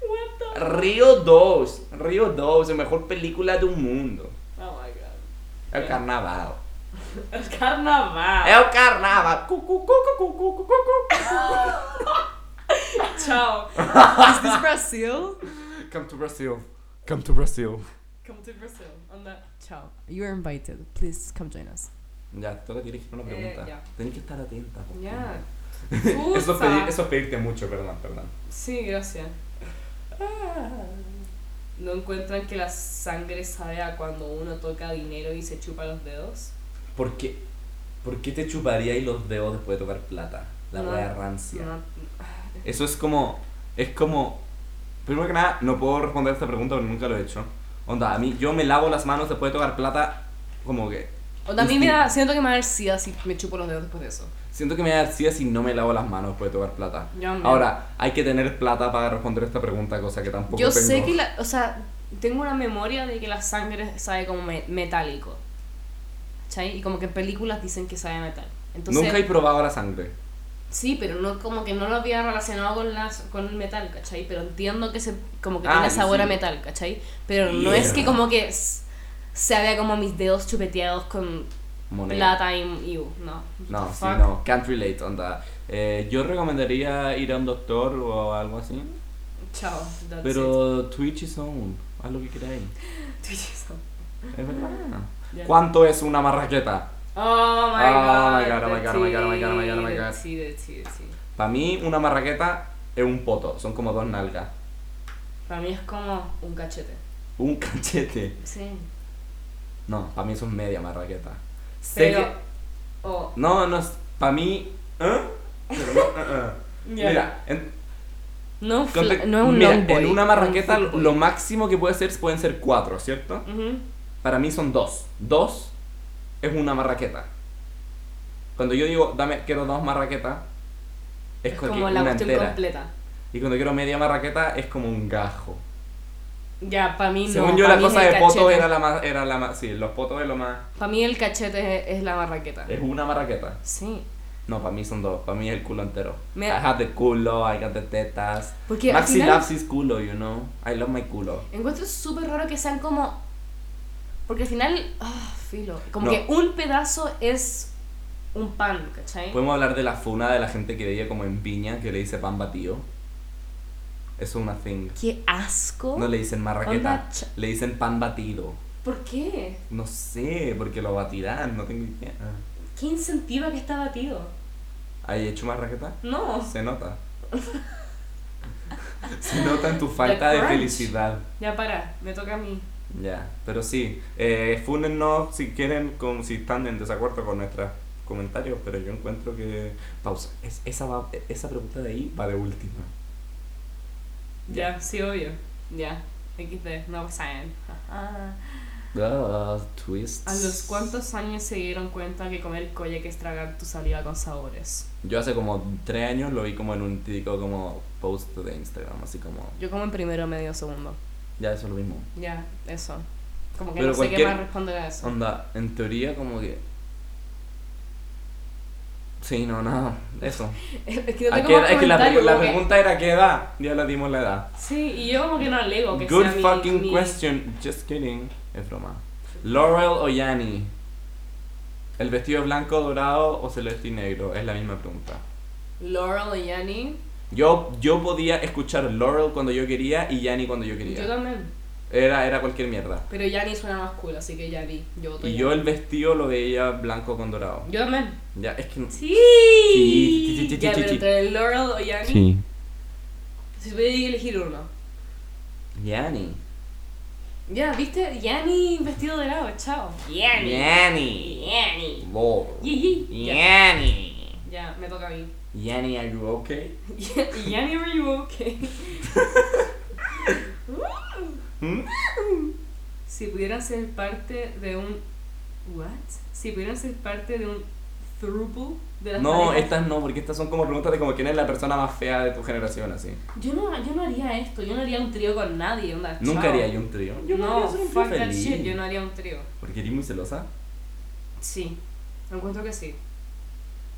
Speaker 1: What the-
Speaker 2: Rio 2. Rio 2 é a melhor película do mundo.
Speaker 1: Oh my god.
Speaker 2: É o carnaval.
Speaker 1: El carnaval.
Speaker 2: É o carnaval. Cu, cu, cu, cu, cu, cu, cu, cu.
Speaker 1: Chao. ¿Es this Brasil?
Speaker 2: Come to Brazil. Come to Brazil.
Speaker 1: Come to Brazil. Onda. Chao. You are invited. Please come join us.
Speaker 2: Ya, tú le tienes que hacer una
Speaker 1: Eh,
Speaker 2: pregunta.
Speaker 1: ya.
Speaker 2: Tienes que estar atenta. por
Speaker 1: Ya.
Speaker 2: favor. Eso es, pedir-
Speaker 1: Puta.
Speaker 2: eso es pedirte mucho, perdón, perdón.
Speaker 1: Sí, gracias. ¿No encuentran que la sangre sabe a cuando uno toca dinero y se chupa los dedos?
Speaker 2: ¿Por qué, por qué te chuparíais los dedos después de tocar plata? La
Speaker 1: No.
Speaker 2: hueá rancia.
Speaker 1: No.
Speaker 2: Eso es como. Es como. Primero que nada, no puedo responder esta pregunta porque nunca lo he hecho. Onda, a mí yo me lavo las manos después de tocar plata, como que.
Speaker 1: O también me da, siento que me da sida si me chupo los dedos después de eso.
Speaker 2: Siento que me da ansiedad si no me lavo las manos después de tocar plata.
Speaker 1: Yo también.
Speaker 2: Ahora, hay que tener plata para responder esta pregunta, cosa que tampoco
Speaker 1: Yo
Speaker 2: tengo.
Speaker 1: sé que la, o sea, tengo una memoria de que la sangre sabe como me- metálico. ¿Cachai? Y como que en películas dicen que sabe a metal. Entonces,
Speaker 2: Nunca he probado la sangre.
Speaker 1: sí, pero no como que no lo había relacionado con las con el metal, ¿cachai? Pero entiendo que se como que
Speaker 2: Ah,
Speaker 1: tiene
Speaker 2: y
Speaker 1: sabor a
Speaker 2: sí.
Speaker 1: metal, ¿cachai? Pero no es que
Speaker 2: Mierda.
Speaker 1: como que s- se había como mis dedos chupeteados con
Speaker 2: Moneda.
Speaker 1: plata y y- no.
Speaker 2: No,
Speaker 1: The
Speaker 2: sí,
Speaker 1: fuck?
Speaker 2: no. Can't relate, onda. Eh, yo recomendaría ir a un doctor o algo así.
Speaker 1: Chao. that's it.
Speaker 2: Pero Twitch is on. Haz lo que queráis. Es verdad.
Speaker 1: Ya.
Speaker 2: ¿Cuánto es una marraqueta?
Speaker 1: Oh my
Speaker 2: Oh my
Speaker 1: god.
Speaker 2: God, oh my God, oh my God, oh my God, oh my God, oh my God.
Speaker 1: Sí, de- sí, de- sí.
Speaker 2: Para mí, una marraqueta es un poto, son como dos nalgas.
Speaker 1: Para mí es como un cachete.
Speaker 2: Un cachete.
Speaker 1: Sí.
Speaker 2: No, para mí eso es media marraqueta. Sé
Speaker 1: Pero.
Speaker 2: que-
Speaker 1: Oh.
Speaker 2: No, no, para mí. ¿eh? Pero no, eh, eh. Mira, en,
Speaker 1: No, fla-
Speaker 2: conte-
Speaker 1: no es un
Speaker 2: mira,
Speaker 1: long boy,
Speaker 2: en una marraqueta
Speaker 1: es un full boy.
Speaker 2: lo máximo que puede ser pueden ser cuatro, ¿cierto?
Speaker 1: Ujú.
Speaker 2: Para mí son dos. Dos es una marraqueta. Cuando yo digo, dame, quiero dos marraquetas, es,
Speaker 1: Es
Speaker 2: porque
Speaker 1: como la
Speaker 2: una
Speaker 1: cuestión
Speaker 2: entera.
Speaker 1: completa.
Speaker 2: Y cuando quiero media marraqueta, es como un gajo.
Speaker 1: Ya, para mí no.
Speaker 2: Según yo,
Speaker 1: pa'
Speaker 2: la
Speaker 1: mí
Speaker 2: cosa
Speaker 1: es el
Speaker 2: de poto
Speaker 1: cachete.
Speaker 2: era la más. Era la más sí, los potos es lo más.
Speaker 1: Para mí el cachete es, es la marraqueta.
Speaker 2: Es una marraqueta.
Speaker 1: Sí.
Speaker 2: No, para mí son dos. Para mí es el culo entero.
Speaker 1: Me-
Speaker 2: I have the culo, I got the tetas.
Speaker 1: Porque al
Speaker 2: Maxi
Speaker 1: final-
Speaker 2: loves his culo, you know. I love my culo.
Speaker 1: Encuentro súper raro que sean como. Porque al final. ah, filo. Como
Speaker 2: No.
Speaker 1: que un pedazo es un pan, ¿cachai?
Speaker 2: Podemos hablar de la funa de la gente que veía como en piña que le dice pan batido. Eso es una thing.
Speaker 1: Qué asco.
Speaker 2: No le dicen marraqueta,
Speaker 1: Onda cha-
Speaker 2: le dicen pan batido.
Speaker 1: ¿Por qué?
Speaker 2: No sé, porque lo batirán, no tengo idea.
Speaker 1: ¿Qué incentiva que está batido?
Speaker 2: ¿Hay hecho marraqueta?
Speaker 1: No.
Speaker 2: Se nota. Se nota en tu falta de
Speaker 1: crunch.
Speaker 2: felicidad.
Speaker 1: Ya para, me toca a mí.
Speaker 2: Ya, pero sí, eh, fúnennos si quieren, con, si están en desacuerdo con nuestros comentarios, pero yo encuentro que... Pausa, Es- esa, va- esa pregunta de ahí va de última.
Speaker 1: Ya, sí, obvio. Ya. XD, no pues, saben. Ah.
Speaker 2: Ah, twists.
Speaker 1: ¿A los cuántos años se dieron cuenta que comer koyak es tragar tu saliva con sabores?
Speaker 2: Yo hace como tres años lo vi como en un típico como post de Instagram, así como...
Speaker 1: Yo como en primero medio segundo.
Speaker 2: Ya, eso es lo mismo.
Speaker 1: Ya, eso. Como que
Speaker 2: Pero
Speaker 1: no sé qué
Speaker 2: cualquier- Ah.
Speaker 1: más responder a eso.
Speaker 2: Onda, en teoría como que... Sí, no, nada, eso.
Speaker 1: Es que no
Speaker 2: ¿A
Speaker 1: tengo
Speaker 2: qué
Speaker 1: más
Speaker 2: edad? Es que la,
Speaker 1: comentario,
Speaker 2: pregu- la
Speaker 1: como que-
Speaker 2: pregunta era qué edad, ya la dimos la edad.
Speaker 1: Sí, y yo como que no alego que
Speaker 2: Good
Speaker 1: sea mi-
Speaker 2: fucking
Speaker 1: mi-
Speaker 2: question. Just kidding. Es broma. Laurel o Yanni. ¿El vestido blanco, dorado o celeste y negro? Es la misma pregunta.
Speaker 1: Laurel y Yanni.
Speaker 2: Yo, yo podía escuchar Laurel cuando yo quería y Yanni cuando yo
Speaker 1: Yo
Speaker 2: quería.
Speaker 1: también.
Speaker 2: Era, era cualquier mierda.
Speaker 1: Pero Yanni suena más cool, así que Yanni. Yo voto
Speaker 2: Y
Speaker 1: Yanni.
Speaker 2: yo el vestido lo veía blanco con dorado.
Speaker 1: Yo también.
Speaker 2: Ya, es que no.
Speaker 1: Sí.
Speaker 2: Sí, sí, sí,
Speaker 1: Ya,
Speaker 2: sí,
Speaker 1: pero
Speaker 2: sí.
Speaker 1: entre Laurel o Yanni. Si tuviera que elegir uno.
Speaker 2: Yanni.
Speaker 1: Ya, ¿viste? Yanni vestido de lado, chao. Yanni.
Speaker 2: Yanni.
Speaker 1: Yanni.
Speaker 2: Laurel.
Speaker 1: Yee, yee. Ya,
Speaker 2: Yanni.
Speaker 1: ya, me toca a mí.
Speaker 2: Yanni, are you okay?
Speaker 1: Y Yanni, are you okay?
Speaker 2: ¿Mm?
Speaker 1: si pudieran ser parte de un... What? Si pudieran ser parte de un throuple de las
Speaker 2: No,
Speaker 1: parejas-
Speaker 2: estas no, porque estas son como preguntas de como quién es la persona más fea de tu generación, así.
Speaker 1: Yo no, yo no haría esto, yo no haría un trío con nadie, onda,
Speaker 2: Nunca
Speaker 1: chao.
Speaker 2: haría yo un trío. Yo
Speaker 1: no,
Speaker 2: haría un trío
Speaker 1: fuck that
Speaker 2: feliz.
Speaker 1: shit, yo no haría un trío.
Speaker 2: Porque eres muy celosa.
Speaker 1: Sí, encuentro que sí.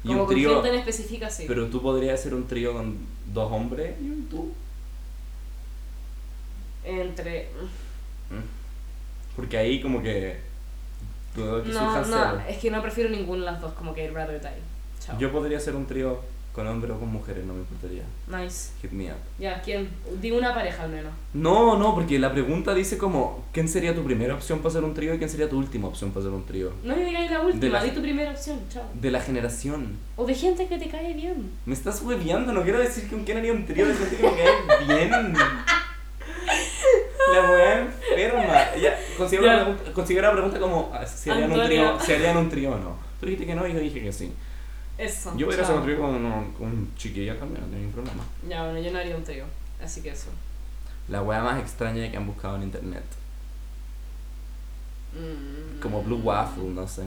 Speaker 2: Y
Speaker 1: Como
Speaker 2: un
Speaker 1: con
Speaker 2: trío.
Speaker 1: gente en específica, sí.
Speaker 2: Pero tú podrías hacer un trío con dos hombres y un tú.
Speaker 1: Entre...
Speaker 2: Porque ahí como que. Dudo que
Speaker 1: No,
Speaker 2: surjan
Speaker 1: Mm. no,
Speaker 2: celos.
Speaker 1: es que no prefiero ninguna de las dos, como que rather die. Chao.
Speaker 2: Yo podría hacer un trío con hombres o con mujeres, no me importaría.
Speaker 1: Nice.
Speaker 2: Hit me up.
Speaker 1: Ya, ¿quién? Di una pareja al menos.
Speaker 2: No, no, porque la pregunta dice como, ¿quién sería tu primera opción para hacer un trío y quién sería tu última opción para hacer un trío?
Speaker 1: No me digáis la
Speaker 2: De
Speaker 1: última,
Speaker 2: la-
Speaker 1: di tu primera opción, chao.
Speaker 2: De la generación.
Speaker 1: O de gente que te cae bien.
Speaker 2: Me estás hueviando, no quiero decir que un quién haría un trío de gente que me cae bien. La weá enferma. Ella considero,
Speaker 1: Ya.
Speaker 2: La pregunta, considero la pregunta como ah, si harían un
Speaker 1: Antonia.
Speaker 2: trío, si harían un trío o no. Tú dijiste que no y yo dije que sí.
Speaker 1: Eso.
Speaker 2: Yo hubiera
Speaker 1: chao.
Speaker 2: hecho un trío con, con un chiquilla también, no tenía ningún problema.
Speaker 1: Ya, bueno, yo no haría un trío. Así que eso.
Speaker 2: La weá más extraña que han buscado en internet.
Speaker 1: Mm.
Speaker 2: Como Blue Waffle, no sé.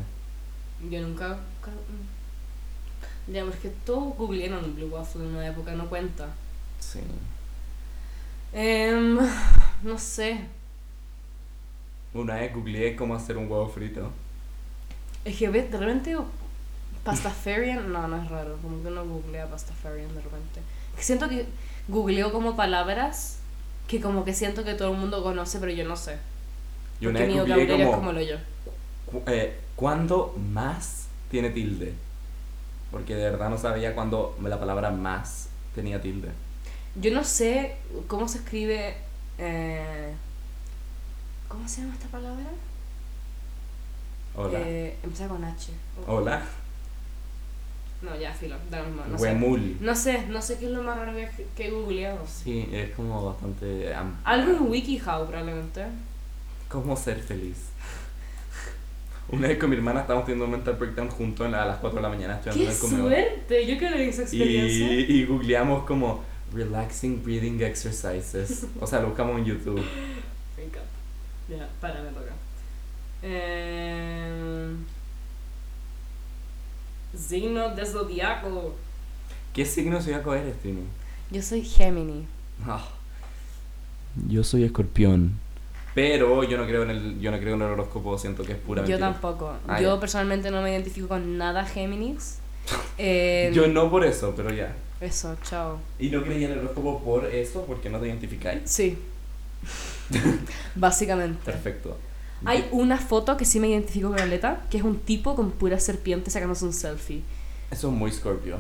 Speaker 1: Yo nunca. ca- mm. Ya, porque todos googlearon Blue Waffle en una época, no cuenta.
Speaker 2: Sí.
Speaker 1: Em, no sé.
Speaker 2: Una vez googleé cómo hacer un huevo frito.
Speaker 1: Es que ves, de repente o- Pastafarian, no, no es raro, como que uno googlea Pastafarian de repente. Que Siento que googleo como palabras que como que siento que todo el mundo conoce, pero yo no sé.
Speaker 2: Y una
Speaker 1: porque
Speaker 2: vez
Speaker 1: mi vocabulario
Speaker 2: googleé como,
Speaker 1: es como lo yo.
Speaker 2: cu- eh, ¿Cuándo más tiene tilde? Porque de verdad no sabía cuándo la palabra más tenía tilde.
Speaker 1: Yo no sé cómo se escribe... eh, ¿Cómo se llama esta palabra?
Speaker 2: Hola.
Speaker 1: Eh, empieza con H.
Speaker 2: Hola.
Speaker 1: No, ya, filo, da lo mismo, no sé.
Speaker 2: Huemul.
Speaker 1: No sé, no sé qué es lo más raro que, que he googleado.
Speaker 2: Sí, es como bastante am-
Speaker 1: Algo en WikiHow probablemente.
Speaker 2: ¿Cómo ser feliz? Una vez con mi hermana estábamos teniendo un mental breakdown juntos en la- a las 4 de la mañana estudiando en
Speaker 1: ¡Qué
Speaker 2: el comedor.
Speaker 1: suerte! Yo quiero esa experiencia.
Speaker 2: Y, y googleamos como relaxing breathing exercises. O sea, lo buscamos en YouTube.
Speaker 1: Me encanta. Ya, para, me toca. Eh... Signo de zodiaco.
Speaker 2: ¿Qué signo zodiaco eres, Tini?
Speaker 1: Yo soy Gemini.
Speaker 2: Ah. Yo soy escorpión. Pero yo no creo en el, yo no creo en el horóscopo, siento que es pura
Speaker 1: Yo
Speaker 2: mentira.
Speaker 1: tampoco.
Speaker 2: Ah,
Speaker 1: Yo
Speaker 2: ya.
Speaker 1: personalmente no me identifico con nada Géminis. Eh,
Speaker 2: Yo no por eso, pero ya.
Speaker 1: Eso, chao.
Speaker 2: Y no creía en el horóscopo por eso, porque no te identificáis.
Speaker 1: Sí. Básicamente.
Speaker 2: Perfecto.
Speaker 1: Hay una foto que sí me identifico con Aleta, que es un tipo con pura serpiente sacándose un selfie.
Speaker 2: Eso es muy Scorpio.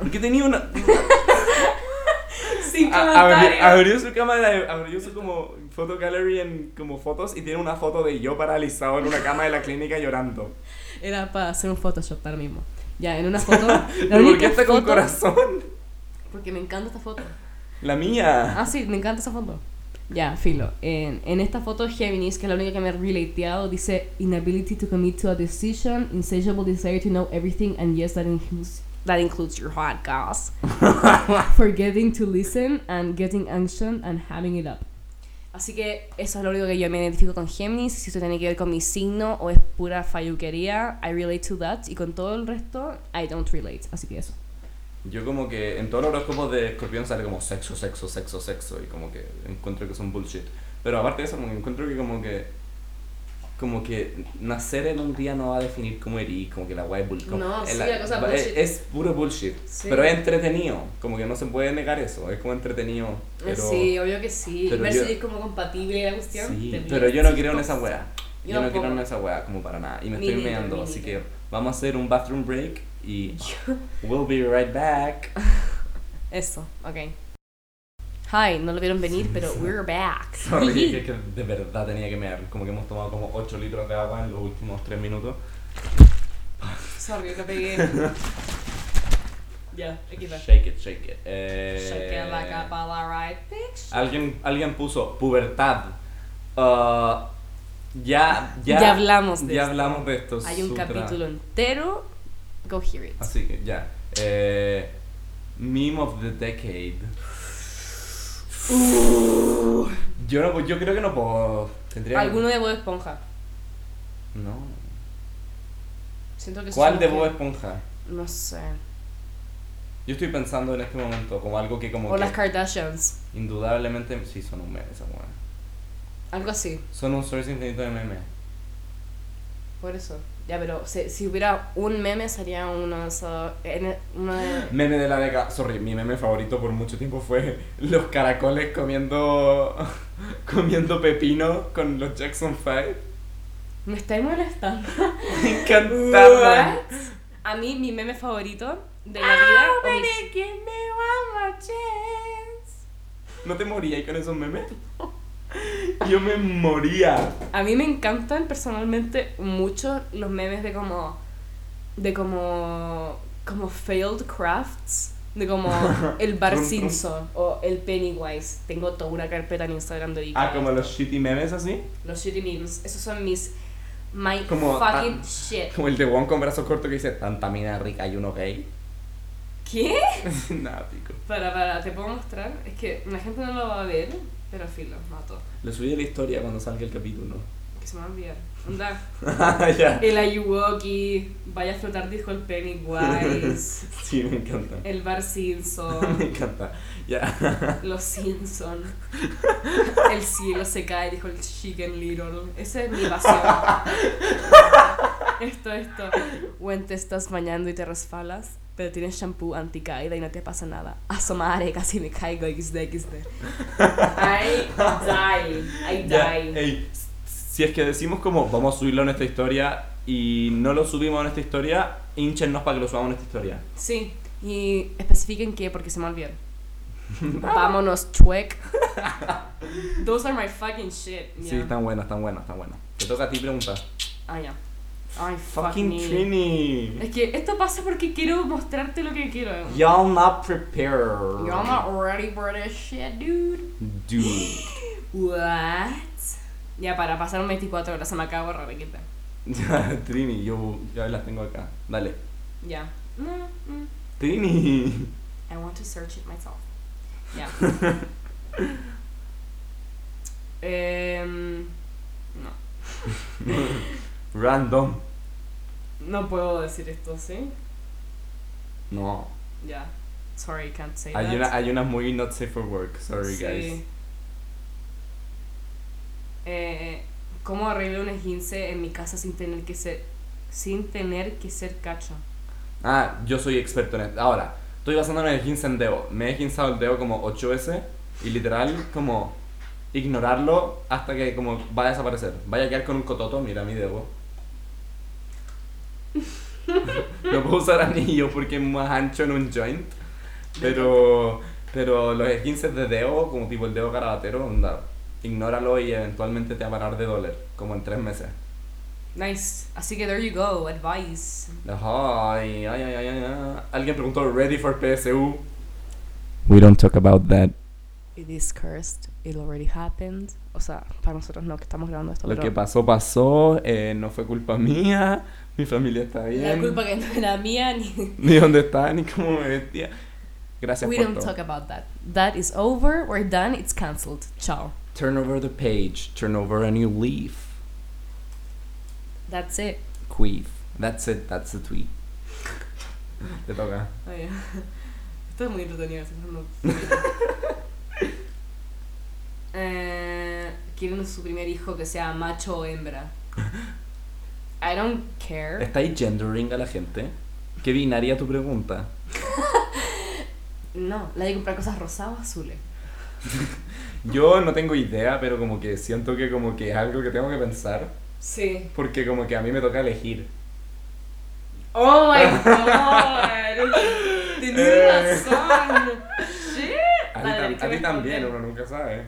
Speaker 2: Porque tenía una.
Speaker 1: Sin
Speaker 2: Ah, a- abri- abrió su cámara, abrió su como photo gallery en como fotos y tiene una foto de yo paralizado en una cama de la clínica llorando.
Speaker 1: Era para hacer un Photoshop ahora mismo. Ya, en una foto. La
Speaker 2: ¿Y ¿Por qué
Speaker 1: única
Speaker 2: está con
Speaker 1: foto-
Speaker 2: corazón?
Speaker 1: Porque me encanta esta foto.
Speaker 2: La mía.
Speaker 1: Ah, sí, me encanta esa foto. Ya, filo. En, en esta foto, Géminis, que es la única que me he relateado, dice: Inability to commit to a decision, insatiable desire to know everything, and yes, that includes, that includes your hot gas. Forgetting to listen, and getting anxious, and having it up. Así que eso es lo único que yo me identifico con Géminis. Si eso tiene que ver con mi signo o es pura falluquería, I relate to that. Y con todo el resto, I don't relate. Así que eso.
Speaker 2: Yo como que en todos los horóscopos de escorpión sale como sexo, sexo, sexo, sexo y como que encuentro que son bullshit. Pero aparte de eso, como que encuentro que como que como que nacer en un día no va a definir cómo eres, como que la guay es bull- como-
Speaker 1: No, sí,
Speaker 2: es
Speaker 1: la cosa
Speaker 2: va-
Speaker 1: bullshit.
Speaker 2: Es, es puro bullshit,
Speaker 1: Sí.
Speaker 2: pero es entretenido, como que no se puede negar eso, es como entretenido, pero
Speaker 1: Eh, sí, obvio que sí.
Speaker 2: pero
Speaker 1: Ver
Speaker 2: yo-
Speaker 1: si es como compatible la cuestión.
Speaker 2: sí,
Speaker 1: terrible.
Speaker 2: pero yo no quiero en esa weá.
Speaker 1: Yo
Speaker 2: Yo, no
Speaker 1: tampoco.
Speaker 2: quiero en esa weá como para nada y me
Speaker 1: Ni
Speaker 2: estoy
Speaker 1: ni ni
Speaker 2: meando,
Speaker 1: ni
Speaker 2: así
Speaker 1: ni.
Speaker 2: que vamos a hacer un bathroom break y we'll be right back.
Speaker 1: Eso, ok. Hi, no lo vieron venir, pero we're back.
Speaker 2: Sorry, que, que de verdad tenía que mear. Como que hemos tomado como 8 litros de agua en los últimos 3 minutos.
Speaker 1: Sorry, lo pegué. Ya, aquí va.
Speaker 2: Shake it, shake it. Eh,
Speaker 1: pues. Shake la capa, la right bitch.
Speaker 2: Alguien, alguien puso pubertad. Ah, ya, ya,
Speaker 1: Ya hablamos de
Speaker 2: ya
Speaker 1: esto.
Speaker 2: hablamos de esto.
Speaker 1: Hay un
Speaker 2: Sutra.
Speaker 1: capítulo entero. Go hear it.
Speaker 2: Así que ya. Eh, meme of the decade. Yo, no, yo creo que no puedo. Tendría que-
Speaker 1: Uh. Alguno de Bob Esponja.
Speaker 2: No.
Speaker 1: Siento que
Speaker 2: ¿Cuál
Speaker 1: son
Speaker 2: de
Speaker 1: los
Speaker 2: Bob
Speaker 1: que-
Speaker 2: Esponja?
Speaker 1: No sé.
Speaker 2: Yo estoy pensando en este momento como algo que como
Speaker 1: O
Speaker 2: que
Speaker 1: las Kardashians.
Speaker 2: indudablemente sí son un meme esas weas.
Speaker 1: Algo así,
Speaker 2: Son un source infinito de memes.
Speaker 1: por eso. Ya, pero si, si hubiera un meme, sería uno de esos. en- uno de-
Speaker 2: Meme de la década, sorry, mi meme favorito por mucho tiempo fue los caracoles comiendo comiendo pepino con los Jackson 5.
Speaker 1: Me estáis molestando.
Speaker 2: Me encantaba.
Speaker 1: What? A mí mi meme favorito de
Speaker 2: Ah,
Speaker 1: la vida. o mis-
Speaker 3: give Ah, me one more chance.
Speaker 2: ¿No te morías con esos memes? Yo me moría.
Speaker 1: A mí me encantan personalmente mucho los memes de como. de como. como failed crafts. De como el Bar
Speaker 2: Rum, rum.
Speaker 1: Simpson o el Pennywise. Tengo toda una carpeta en Instagram dedicada.
Speaker 2: Ah, como los shitty memes así.
Speaker 1: Los shitty memes. Esos son mis. My
Speaker 2: Como ah,
Speaker 1: fucking
Speaker 2: tan-
Speaker 1: shit.
Speaker 2: Como el de Wong con brazos cortos que dice, tanta mina rica y uno gay.
Speaker 1: ¿Qué?
Speaker 2: Nada, pico.
Speaker 1: Para, para, te puedo mostrar. Es que la gente no lo va a ver, pero filo, mato.
Speaker 2: Lo subí a la historia cuando salga el capítulo.
Speaker 1: Que se me va a olvidar. Anda.
Speaker 2: ya.
Speaker 1: El Ayuwoki, vaya a flotar, dijo el Pennywise.
Speaker 2: Sí, me encanta.
Speaker 1: El Bar Simpson.
Speaker 2: me encanta. Ya.
Speaker 1: Los Simpson. El cielo se cae, dijo el Chicken Little. Esa es mi pasión. Esto, esto. When te estás bañando y te resfalas, pero tienes shampoo anticaída y no te pasa nada. Asomare, casi me caigo, xd, xd. I die, I
Speaker 2: Ya,
Speaker 1: die.
Speaker 2: ey, si es que decimos como vamos a subirlo en esta historia y no lo subimos en esta historia, hinchenos para que lo subamos en esta historia.
Speaker 1: Sí, y especifiquen qué, porque se me olvidó. Vámonos, chuec. Those are my fucking shit. Yeah.
Speaker 2: Sí, están buenos, están buenos, están buenos. Te toca a ti preguntar.
Speaker 1: Ah, ya. Ay, fuck
Speaker 2: Fucking
Speaker 1: me.
Speaker 2: Trini.
Speaker 1: Es que esto pasa porque quiero mostrarte lo que quiero.
Speaker 2: Y'all not prepared.
Speaker 1: You're not ready for this shit, dude.
Speaker 2: Dude.
Speaker 1: What? Ya, para pasar 24 horas, se me acaba de borrar, aquí está.
Speaker 2: Trini, yo ya las tengo acá. Dale.
Speaker 1: Ya. Mm, mm.
Speaker 2: Trini.
Speaker 1: I want to search it myself. Ya. Em, no.
Speaker 2: Random.
Speaker 1: No puedo decir esto, ¿sí?
Speaker 2: No.
Speaker 1: Ya. Sorry, can't say
Speaker 2: Hay
Speaker 1: that.
Speaker 2: una, hay una muy not safe for work. Sorry,
Speaker 1: Sí.
Speaker 2: guys.
Speaker 1: Eh, ¿Cómo arreglo un esguince en mi casa sin tener que ser sin tener que ser cacho?
Speaker 2: Ah, yo soy experto en esto. Ahora, estoy basándome en el esguince en dedo. Me he esguinzado el dedo como 8 veces y literal como ignorarlo hasta que como va a desaparecer. Vaya a quedar con un cototo, mira mi dedo. no puedo usar anillo porque es más ancho en un joint. Pero, pero los esguinces de dedo, como tipo el dedo carabatero, onda, ignóralo y eventualmente te va a parar de doler, como en 3 meses.
Speaker 1: Nice. Así que there you go, advice.
Speaker 2: Ay, ay, ay, ay, ay. Alguien preguntó ready for PSU. We don't talk about that.
Speaker 1: It is cursed. It already happened. O sea, para nosotros no que estamos grabando esto.
Speaker 2: Lo
Speaker 1: pero
Speaker 2: que pasó, pasó. eh, no fue culpa mía. Mi familia está bien.
Speaker 1: La culpa que no era mía ni.
Speaker 2: Ni dónde está, ni cómo me vestía. Gracias
Speaker 1: We
Speaker 2: por
Speaker 1: don't
Speaker 2: todo.
Speaker 1: talk about that. That is over. We're done. It's cancelled. Ciao.
Speaker 2: Turn over the page. Turn over a new leaf.
Speaker 1: That's it.
Speaker 2: Queef. That's it. That's the tweet. Te toca.
Speaker 1: Ay, Esto es muy entretenido. esto no- eh, quieren su primer hijo que sea macho o hembra. I don't care.
Speaker 2: ¿Estáis gendering a la gente? ¿Qué binaria tu pregunta?
Speaker 1: No, la de comprar cosas rosadas o azules.
Speaker 2: Yo no tengo idea, pero como que siento que como que es algo que tengo que pensar.
Speaker 1: Sí.
Speaker 2: Porque como que a mí me toca elegir.
Speaker 1: Oh my god. Tienes razón. Eh. Shit.
Speaker 2: Eh, A ti,
Speaker 1: Dale,
Speaker 2: tam-
Speaker 1: ¿qué
Speaker 2: a ti
Speaker 1: me
Speaker 2: también,
Speaker 1: esconden?
Speaker 2: uno nunca sabe.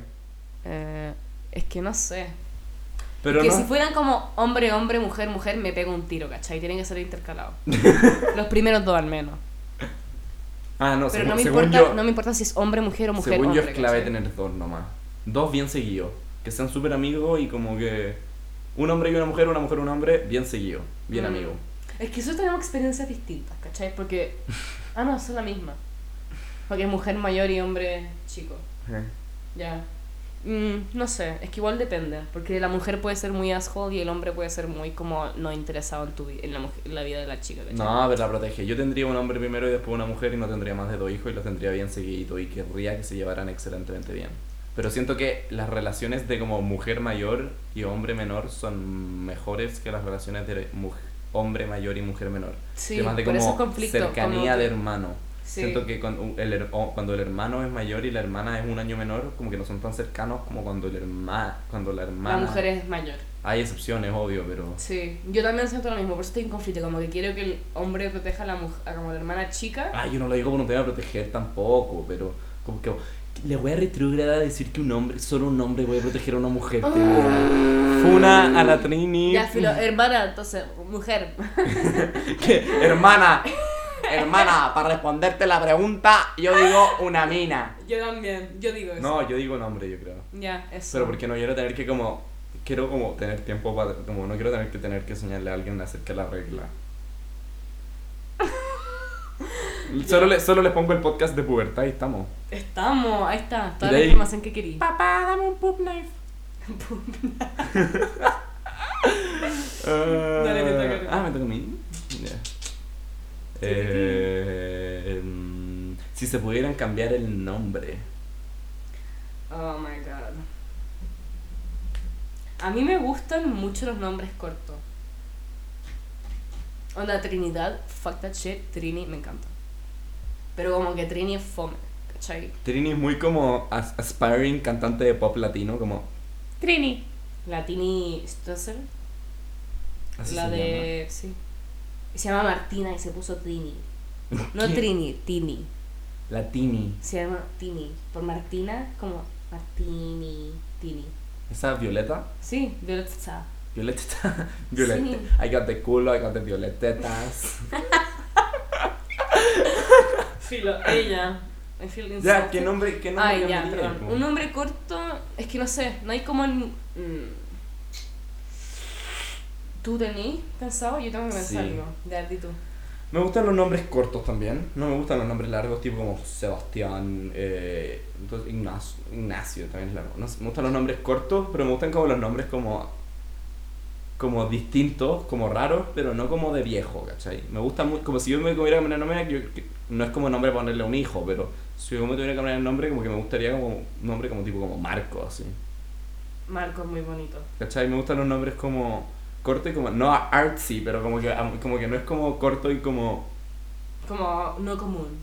Speaker 1: Eh, es que no sé.
Speaker 2: Pero
Speaker 1: que
Speaker 2: no,
Speaker 1: si fueran como hombre, hombre, mujer, mujer, me pego un tiro, ¿cachai? Tienen que ser intercalados. Los primeros dos al menos.
Speaker 2: Ah, no,
Speaker 1: Pero
Speaker 2: según,
Speaker 1: no me,
Speaker 2: según
Speaker 1: importa,
Speaker 2: yo,
Speaker 1: no me importa si es hombre, mujer o mujer.
Speaker 2: según
Speaker 1: hombre,
Speaker 2: yo es clave
Speaker 1: ¿cachai?
Speaker 2: tener dos nomás. Dos bien seguidos. Que sean súper amigos y como que un hombre y una mujer, una mujer y un hombre, bien seguido, bien
Speaker 1: Mm.
Speaker 2: amigo.
Speaker 1: Es que nosotros tenemos experiencias distintas, ¿cachai? Porque. Ah, no, son la misma. Porque es mujer mayor y hombre chico. Eh. Ya. Mm, no sé, es que igual depende. Porque la mujer puede ser muy asshole y el hombre puede ser muy como no interesado en, tu vi- en, la, mujer- en la vida de la chica, ¿cachai?
Speaker 2: No, pero la protege. Yo tendría un hombre primero y después una mujer y no tendría más de dos hijos y los tendría bien seguiditos y querría que se llevaran excelentemente bien. Pero siento que las relaciones de como mujer mayor y hombre menor son mejores que las relaciones de muj- hombre mayor y mujer menor.
Speaker 1: Sí,
Speaker 2: Temas de
Speaker 1: por
Speaker 2: como
Speaker 1: eso conflicto.
Speaker 2: cercanía
Speaker 1: como que-
Speaker 2: de hermano.
Speaker 1: Sí.
Speaker 2: Siento que cuando el, her- o cuando el hermano es mayor y la hermana es un año menor, como que no son tan cercanos como cuando el herma, cuando la hermana...
Speaker 1: La mujer es mayor.
Speaker 2: Hay excepciones, obvio, pero...
Speaker 1: Sí, yo también siento lo mismo, por eso estoy en conflicto, como que quiero que el hombre proteja a la mujer, a como la hermana chica.
Speaker 2: Ah, yo no lo digo por un tema de proteger tampoco, pero como que le voy a retrógrada a decir que un hombre, solo un hombre voy a proteger a una mujer. te digo. Funa a la Trini.
Speaker 1: Ah. Ya, filo, hermana, entonces, mujer.
Speaker 2: Que, hermana, hermana, para responderte la pregunta, yo digo una mina.
Speaker 1: Yo también, yo digo eso.
Speaker 2: No, yo digo un hombre, yo creo.
Speaker 1: Ya, eso.
Speaker 2: Pero porque no quiero tener que como quiero como tener tiempo para como no quiero tener que tener que enseñarle a alguien acerca de la regla. Solo, le- solo les pongo el podcast de pubertad y estamos.
Speaker 1: Estamos, ahí está, toda
Speaker 2: Y de
Speaker 1: la
Speaker 2: ahí-
Speaker 1: información que querí.
Speaker 3: Papá, dame un poop knife.
Speaker 1: Dale, te toca, te toca.
Speaker 2: Ah, me toca a mí. Ya. Eh, mm, si se pudieran cambiar el nombre.
Speaker 1: Oh my god. A mí me gustan mucho los nombres cortos. Onda Trinidad, fuck that shit, Trini, me encanta. Pero como que Trini es fome, ¿cachai?
Speaker 2: Trini es muy como as- aspiring cantante de pop latino, como
Speaker 3: Trini.
Speaker 1: La Tini Stusser,
Speaker 2: así
Speaker 1: la
Speaker 2: se llama.
Speaker 1: de. Sí. Y se llama Martina y se puso Trini. No
Speaker 2: ¿Qué?
Speaker 1: Trini, Tini.
Speaker 2: La Tini.
Speaker 1: Se llama Tini. Por Martina, como Martini, Tini.
Speaker 2: Esa Violeta.
Speaker 1: Sí, Violet Sa.
Speaker 2: Violeteta. Violeta.
Speaker 1: Sí.
Speaker 2: I got the culo, I got the violetetas.
Speaker 1: Filo, ella. I feel
Speaker 2: ya,
Speaker 1: insulted.
Speaker 2: ¿qué nombre, qué nombre
Speaker 1: Ay, ya,
Speaker 2: cambiaría?
Speaker 1: perdón. Un nombre corto, es que no sé, no hay como. el- mm. ¿Tú tenés pensado? Yo tengo que pensar
Speaker 2: Sí.
Speaker 1: algo. Ya, di tú.
Speaker 2: Me gustan los nombres cortos también. No me gustan los nombres largos, tipo como Sebastián, eh, entonces Ignacio, Ignacio también es largo. No sé, me gustan los nombres cortos, pero me gustan como los nombres como como distintos, como raros, pero no como de viejo, ¿cachai? Me gusta mucho, como si yo me tuviera que poner nombre, yo- que- no es como nombre ponerle a un hijo, pero si yo me tuviera que poner el nombre, como que me gustaría como un nombre como tipo como Marco, así.
Speaker 1: Marco es muy bonito.
Speaker 2: ¿Cachai? Me gustan los nombres como corto y como, no artsy, pero como que, como que no es como corto y como...
Speaker 1: Como no común.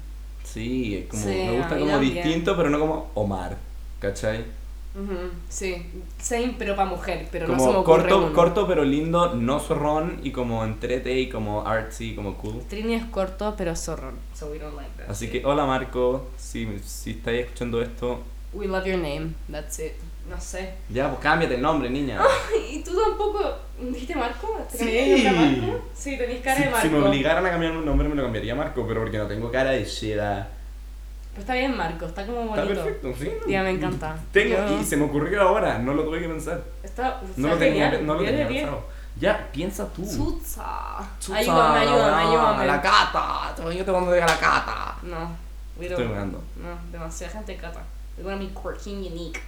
Speaker 2: Sí, es como,
Speaker 1: Sí,
Speaker 2: me
Speaker 1: a
Speaker 2: gusta
Speaker 1: mí
Speaker 2: como
Speaker 1: también.
Speaker 2: distinto, pero no como Omar, ¿cachai?
Speaker 1: Ujú, Sí, same, pero para mujer, pero
Speaker 2: como
Speaker 1: no se me ocurre
Speaker 2: corto,
Speaker 1: uno.
Speaker 2: corto pero lindo, no zorrón y como entrete y como artsy, como cool.
Speaker 1: Trini es corto, pero zorrón. So we don't like that.
Speaker 2: Así
Speaker 1: shit.
Speaker 2: que hola Marco, si, si estáis escuchando esto,
Speaker 1: We love your name, that's it. No sé.
Speaker 2: ya pues cámbiate el nombre, niña.
Speaker 1: ¿Y tú tampoco dijiste Marco? ¿Te
Speaker 2: Sí.
Speaker 1: cambiarías de Marco? Sí, tenés cara
Speaker 2: Si,
Speaker 1: de Marco.
Speaker 2: si me obligaran a cambiarme un nombre me lo cambiaría a Marco, pero porque no tengo cara de seda.
Speaker 1: Pero está bien Marco, está como bonito.
Speaker 2: Está perfecto, sí.
Speaker 1: Ya, me encanta.
Speaker 2: Tengo,
Speaker 1: Yo-
Speaker 2: y se me ocurrió ahora, no lo tuve que pensar.
Speaker 1: Está, está
Speaker 2: No lo tenía,
Speaker 1: genial,
Speaker 2: no lo
Speaker 1: diez de
Speaker 2: tenía
Speaker 1: diez.
Speaker 2: pensado. Ya, piensa tú.
Speaker 1: Chuta.
Speaker 2: Chuta,
Speaker 1: Ayúdame, ayúdame,
Speaker 2: weón,
Speaker 1: ayúdame.
Speaker 2: La cata, yo te mando a la cata.
Speaker 1: No, we
Speaker 2: Estoy
Speaker 1: don't.
Speaker 2: jugando.
Speaker 1: No, demasiada gente cata. We're gonna be quirky and unique.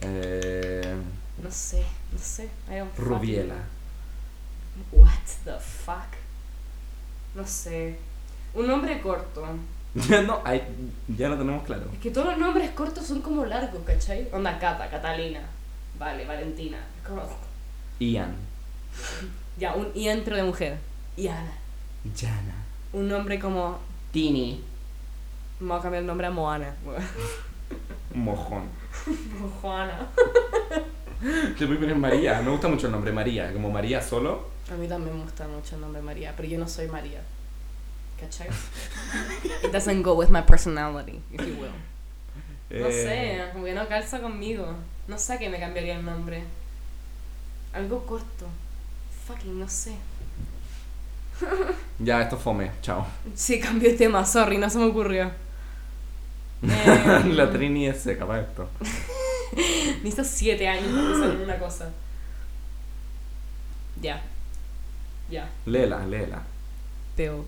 Speaker 2: Eh,
Speaker 1: No sé, no sé. I don't fucking
Speaker 2: Rubiela.
Speaker 1: know. What the fuck? No sé. Un nombre corto.
Speaker 2: no, ahí ya lo tenemos claro.
Speaker 1: Es que todos los nombres cortos son como largos, ¿cachai? Onda Cata, Catalina. Vale, Valentina. Es como.
Speaker 2: Ian.
Speaker 1: Ya, un Ian pero de mujer. Iana.
Speaker 2: Jana.
Speaker 1: Un nombre como.
Speaker 2: Tini.
Speaker 1: Me voy a cambiar el nombre a Moana.
Speaker 2: Mojón.
Speaker 1: Juana.
Speaker 2: Te voy a poner María. Me gusta mucho el nombre María. Como María solo.
Speaker 1: A mí también me gusta mucho el nombre María, pero yo no soy María. ¿Cachai? It doesn't go with my personality, if you will. No
Speaker 2: Eh,
Speaker 1: sé, como que no calza conmigo. No sé a qué me cambiaría el nombre. Algo corto. Fucking, no sé.
Speaker 2: Ya, esto fome. Chao.
Speaker 1: Sí, cambió el tema, sorry, no se me ocurrió. Eh,
Speaker 2: la Trini es seca para esto.
Speaker 1: Necesito siete años para pensar en una cosa. Ya. Ya.
Speaker 2: Lela, lela.
Speaker 1: Teo,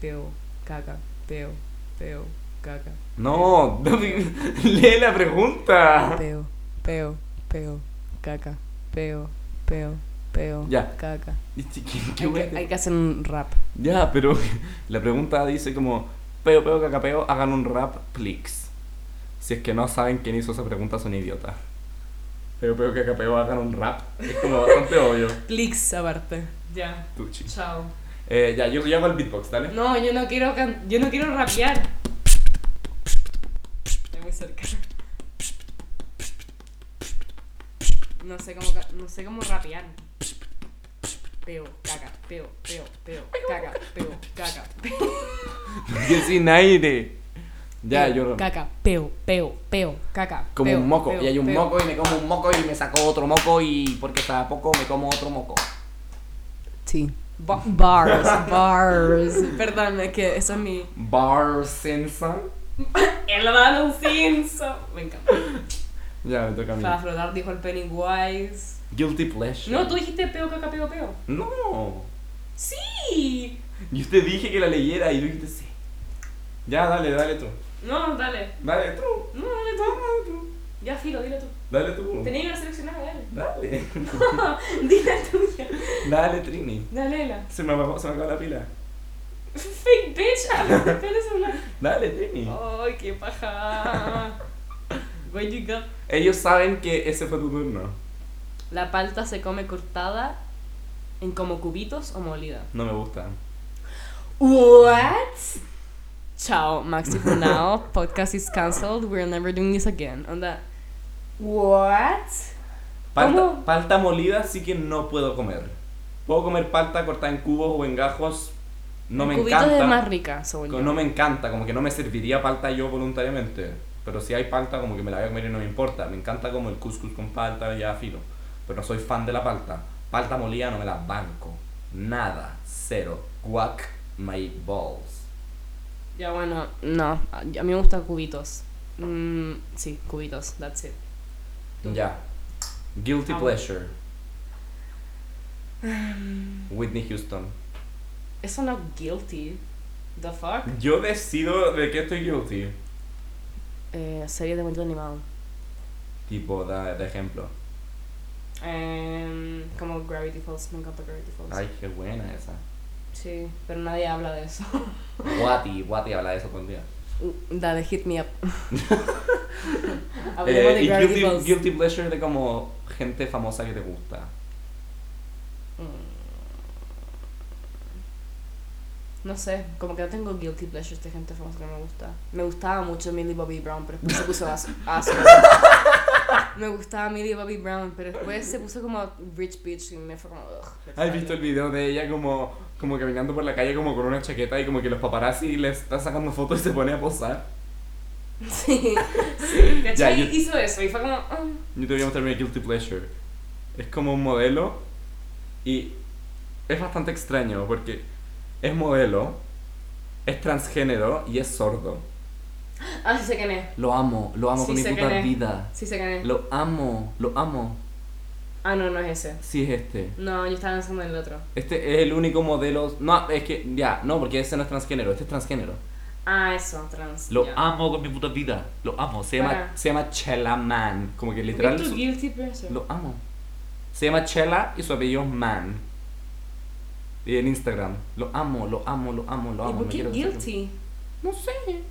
Speaker 1: teo, caca, teo, teo, caca.
Speaker 2: No, no, lee la pregunta.
Speaker 1: Peo, peo, peo, caca, peo, peo, peo,
Speaker 2: Ya.
Speaker 1: caca.
Speaker 2: ¿Qué- qué
Speaker 1: Hay
Speaker 2: wea?
Speaker 1: que, hay que hacer un rap.
Speaker 2: Ya, pero la pregunta dice como, peo, peo, cacapeo, hagan un rap, please. Si es que no saben quién hizo esa pregunta, son idiotas. Peo, peo, cacapeo, hagan un rap. Es como bastante obvio.
Speaker 1: Plix aparte. Ya.
Speaker 2: Tuchi.
Speaker 1: Chao.
Speaker 2: Eh, ya, yo, yo hago el beatbox, ¿dale?
Speaker 1: No, yo no quiero can- yo no quiero rapear. cerca. No sé cómo, ca- no sé cómo rapear. Peo, caca, peo, peo, peo, caca, peo, caca, peo.
Speaker 2: Que sin aire. Ya, yo.
Speaker 1: Caca, peo, peo, peo, caca.
Speaker 2: Como
Speaker 1: peo,
Speaker 2: un moco.
Speaker 1: peo,
Speaker 2: y hay un
Speaker 1: peo.
Speaker 2: moco y me como un moco y me saco otro moco y porque cada poco me como otro moco.
Speaker 1: Sí. Ba- bars, bars. Perdón, es que eso es mi.
Speaker 2: Bar Simpson.
Speaker 1: El Adam Simpson. Me encanta.
Speaker 2: Ya, me toca a mí.
Speaker 1: Para flotar dijo el Pennywise.
Speaker 2: Guilty pleasure.
Speaker 1: No, tú dijiste peo, caca, peo, peo.
Speaker 2: No.
Speaker 1: Sí.
Speaker 2: Yo te dije que la leyera y tú dijiste sí. Ya, dale, dale tú.
Speaker 1: No, dale.
Speaker 2: Dale tú.
Speaker 1: No, dale tú.
Speaker 2: Dale tú.
Speaker 1: Ya filo, dilo tú.
Speaker 2: Dale tú.
Speaker 1: Tenía que haber seleccionado, dale.
Speaker 2: Dale.
Speaker 1: Dile tuya.
Speaker 2: Dale, Trini.
Speaker 1: Dale la.
Speaker 2: Se me apagó, se me acabó la pila.
Speaker 1: Fake bitch. Ah, Dale celular.
Speaker 2: Dale, Trini.
Speaker 1: Ay, qué paja. Where you go?
Speaker 2: Ellos saben que ese fue tu turno.
Speaker 1: La palta se come cortada en como cubitos o molida.
Speaker 2: No me gusta.
Speaker 1: What? Chao, Maxi for now. Podcast is cancelled. We're never doing this again. Onda. What?
Speaker 2: Palta,
Speaker 1: ¿Cómo?
Speaker 2: palta molida sí que no puedo comer. Puedo comer palta cortada en cubos o en gajos. No me
Speaker 1: Cubitos
Speaker 2: encanta.
Speaker 1: es más rica, según yo.
Speaker 2: No me encanta, como que no me serviría palta yo voluntariamente. Pero si hay palta, como que me la voy a comer y no me importa. Me encanta como el couscous con palta, ya filo. Pero no soy fan de la palta. Palta molida no me la banco. Nada. Cero. Guac my balls.
Speaker 1: Ya bueno, no. A a mí me gustan cubitos. Mm, sí, cubitos. That's it.
Speaker 2: Ya. Guilty
Speaker 1: Ah, bueno.
Speaker 2: pleasure.
Speaker 1: Em.
Speaker 2: Whitney Houston.
Speaker 1: Eso no guilty. The fuck?
Speaker 2: Yo decido de qué estoy guilty.
Speaker 1: Eh, serie de cuento animado.
Speaker 2: Tipo, da, de ejemplo.
Speaker 1: Em, como Gravity Falls. Me encanta Gravity Falls.
Speaker 2: Ay, qué buena esa.
Speaker 1: Sí, pero nadie habla de eso.
Speaker 2: Guati, Guati habla de eso todo el día.
Speaker 1: Dale, hit me up. Hablemos
Speaker 2: Eh,
Speaker 1: de
Speaker 2: y
Speaker 1: Gravity
Speaker 2: guilty,
Speaker 1: Falls.
Speaker 2: guilty pleasure de como gente famosa que te gusta.
Speaker 1: Mm. No sé, como que no tengo guilty pleasures de gente famosa que me gusta. Me gustaba mucho Millie Bobby Brown, pero después se puso as- asco. Me gustaba Millie Bobby Brown, pero después se puso como rich bitch y me fue como. ugh,
Speaker 2: ¿Has visto el video de ella como, como caminando por la calle como con una chaqueta y como que los paparazzi le están sacando fotos y se pone a posar?
Speaker 1: Sí, sí, ¿cachai?
Speaker 2: Ya, yo-
Speaker 1: Hizo eso y fue como. "Mm".
Speaker 2: Yo te voy a mostrar mi guilty pleasure. Es como un modelo y es bastante extraño porque es modelo, es transgénero y es sordo.
Speaker 1: Ah, sí sé quién es.
Speaker 2: Lo amo, lo amo
Speaker 1: Sí,
Speaker 2: con mi
Speaker 1: sé
Speaker 2: puta
Speaker 1: quién es.
Speaker 2: vida.
Speaker 1: Sí sé quién es.
Speaker 2: Lo amo, lo amo.
Speaker 1: Ah, no, no es ese.
Speaker 2: Sí es este.
Speaker 1: No, yo estaba pensando en el otro.
Speaker 2: Este es el único modelo. No, es que ya, no, porque ese no es transgénero, este es transgénero.
Speaker 1: Ah, eso, trans.
Speaker 2: Lo
Speaker 1: ya.
Speaker 2: amo con mi puta vida. Lo amo. Se llama,
Speaker 1: Para.
Speaker 2: se llama Chela Man. Como que
Speaker 1: ¿Por qué
Speaker 2: literal.
Speaker 1: es tu
Speaker 2: su-
Speaker 1: guilty pleasure?
Speaker 2: lo amo. Se llama Chela y su apellido es Man. Y en Instagram. Lo amo, lo amo, lo amo, lo
Speaker 1: ¿Y
Speaker 2: amo.
Speaker 1: por
Speaker 2: me
Speaker 1: qué
Speaker 2: quiero casar
Speaker 1: guilty?
Speaker 2: con- No sé.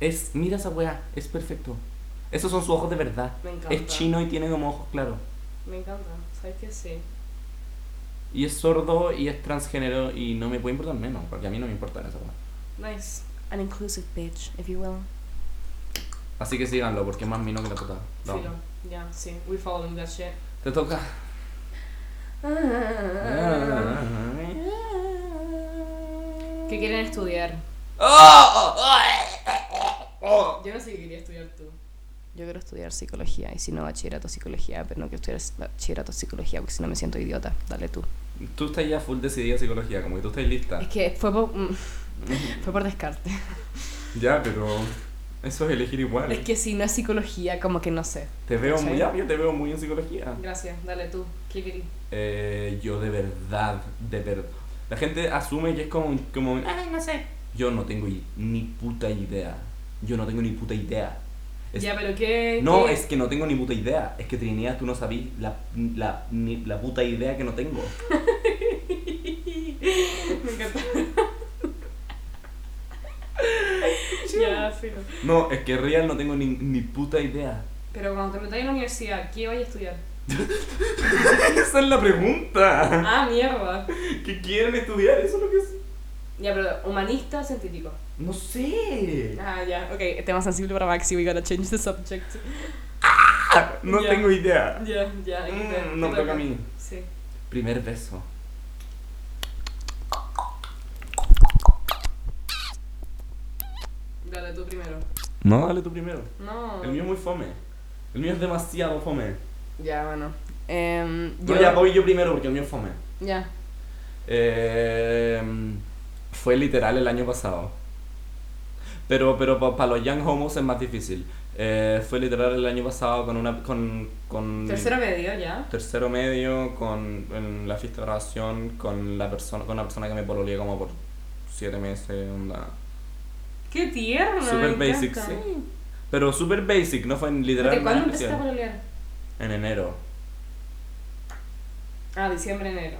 Speaker 2: Es, mira esa weá, es perfecto. Esos son sus ojos de verdad.
Speaker 1: Me encanta.
Speaker 2: Es chino y tiene como ojos claros.
Speaker 1: Me encanta, sabes que sí.
Speaker 2: Y es sordo y es transgénero y no me puede importar menos, porque a mí no me importa esa weá.
Speaker 1: Nice. An inclusive bitch, if you will.
Speaker 2: Así que síganlo, porque es más mino que la puta. Lo amo.
Speaker 1: Filo. Ya, sí. We following that shit.
Speaker 2: Te toca.
Speaker 1: Ah. ¿Qué quieren estudiar?
Speaker 2: Oh.
Speaker 1: Yo no sé qué quería estudiar tú. Yo quiero estudiar psicología y si no bachillerato psicología, pero no quiero estudiar bachillerato psicología porque si no me siento idiota. Dale tú.
Speaker 2: Tú estás ya full decidida en psicología, como que tú estás lista.
Speaker 1: Es que fue por, mm, fue por descarte.
Speaker 2: Ya, pero eso es elegir igual.
Speaker 1: Es que si no es psicología, como que no sé.
Speaker 2: Te veo
Speaker 1: ¿Sí?
Speaker 2: muy ya, yo te veo muy en psicología.
Speaker 1: Gracias, dale tú. ¿Qué querí?
Speaker 2: Eh, yo de verdad, de verdad. La gente asume que es como, como "Ah,
Speaker 3: Ay, no sé.
Speaker 2: yo no tengo i- ni puta idea. Yo no tengo ni puta idea. Es-
Speaker 1: Ya, pero ¿qué?
Speaker 2: No,
Speaker 1: qué-
Speaker 2: es que no tengo ni puta idea. Es que Trinidad, tú no sabías la, la, ni- la puta idea que no tengo.
Speaker 1: Me encanta. ya, filo.
Speaker 2: No, es que real no tengo ni, ni puta idea.
Speaker 1: Pero cuando te metas en la universidad, ¿qué vais a estudiar?
Speaker 2: Esa es la pregunta.
Speaker 1: Ah, mierda.
Speaker 2: ¿Qué quieren estudiar? Eso es lo que es.
Speaker 1: Ya, pero humanista o científico.
Speaker 2: No sé.
Speaker 1: Ah, ya, ok. Tema sensible para Maxi, we gotta change the subject.
Speaker 2: No
Speaker 1: Ya.
Speaker 2: tengo idea.
Speaker 1: Ya, ya. aquí te-
Speaker 2: Mm,
Speaker 1: te
Speaker 2: no toca a mí.
Speaker 1: Sí.
Speaker 2: Primer beso.
Speaker 1: Dale tú primero.
Speaker 2: No, dale tú primero.
Speaker 1: No.
Speaker 2: El mío es muy fome. El mío es demasiado fome.
Speaker 1: Ya, bueno. Em,
Speaker 2: No,
Speaker 1: yo,
Speaker 2: ya voy yo primero porque el mío es fome.
Speaker 1: ya.
Speaker 2: Eh, fue literal el año pasado. Pero, pero para los young homos es más difícil. Eh, fue literal el año pasado con una con, con
Speaker 1: Tercero medio, ya.
Speaker 2: tercero medio, con en la fiesta de graduación, con la persona, con una persona que me pololeé como por siete meses, onda.
Speaker 1: Qué tierno.
Speaker 2: Super
Speaker 1: Ah, me
Speaker 2: basic,
Speaker 1: encanta.
Speaker 2: sí. Pero super basic, no fue literal.
Speaker 1: ¿De
Speaker 2: nada
Speaker 1: cuándo empezaste a
Speaker 2: especial.
Speaker 1: pololear?
Speaker 2: En enero.
Speaker 1: Ah, diciembre, enero.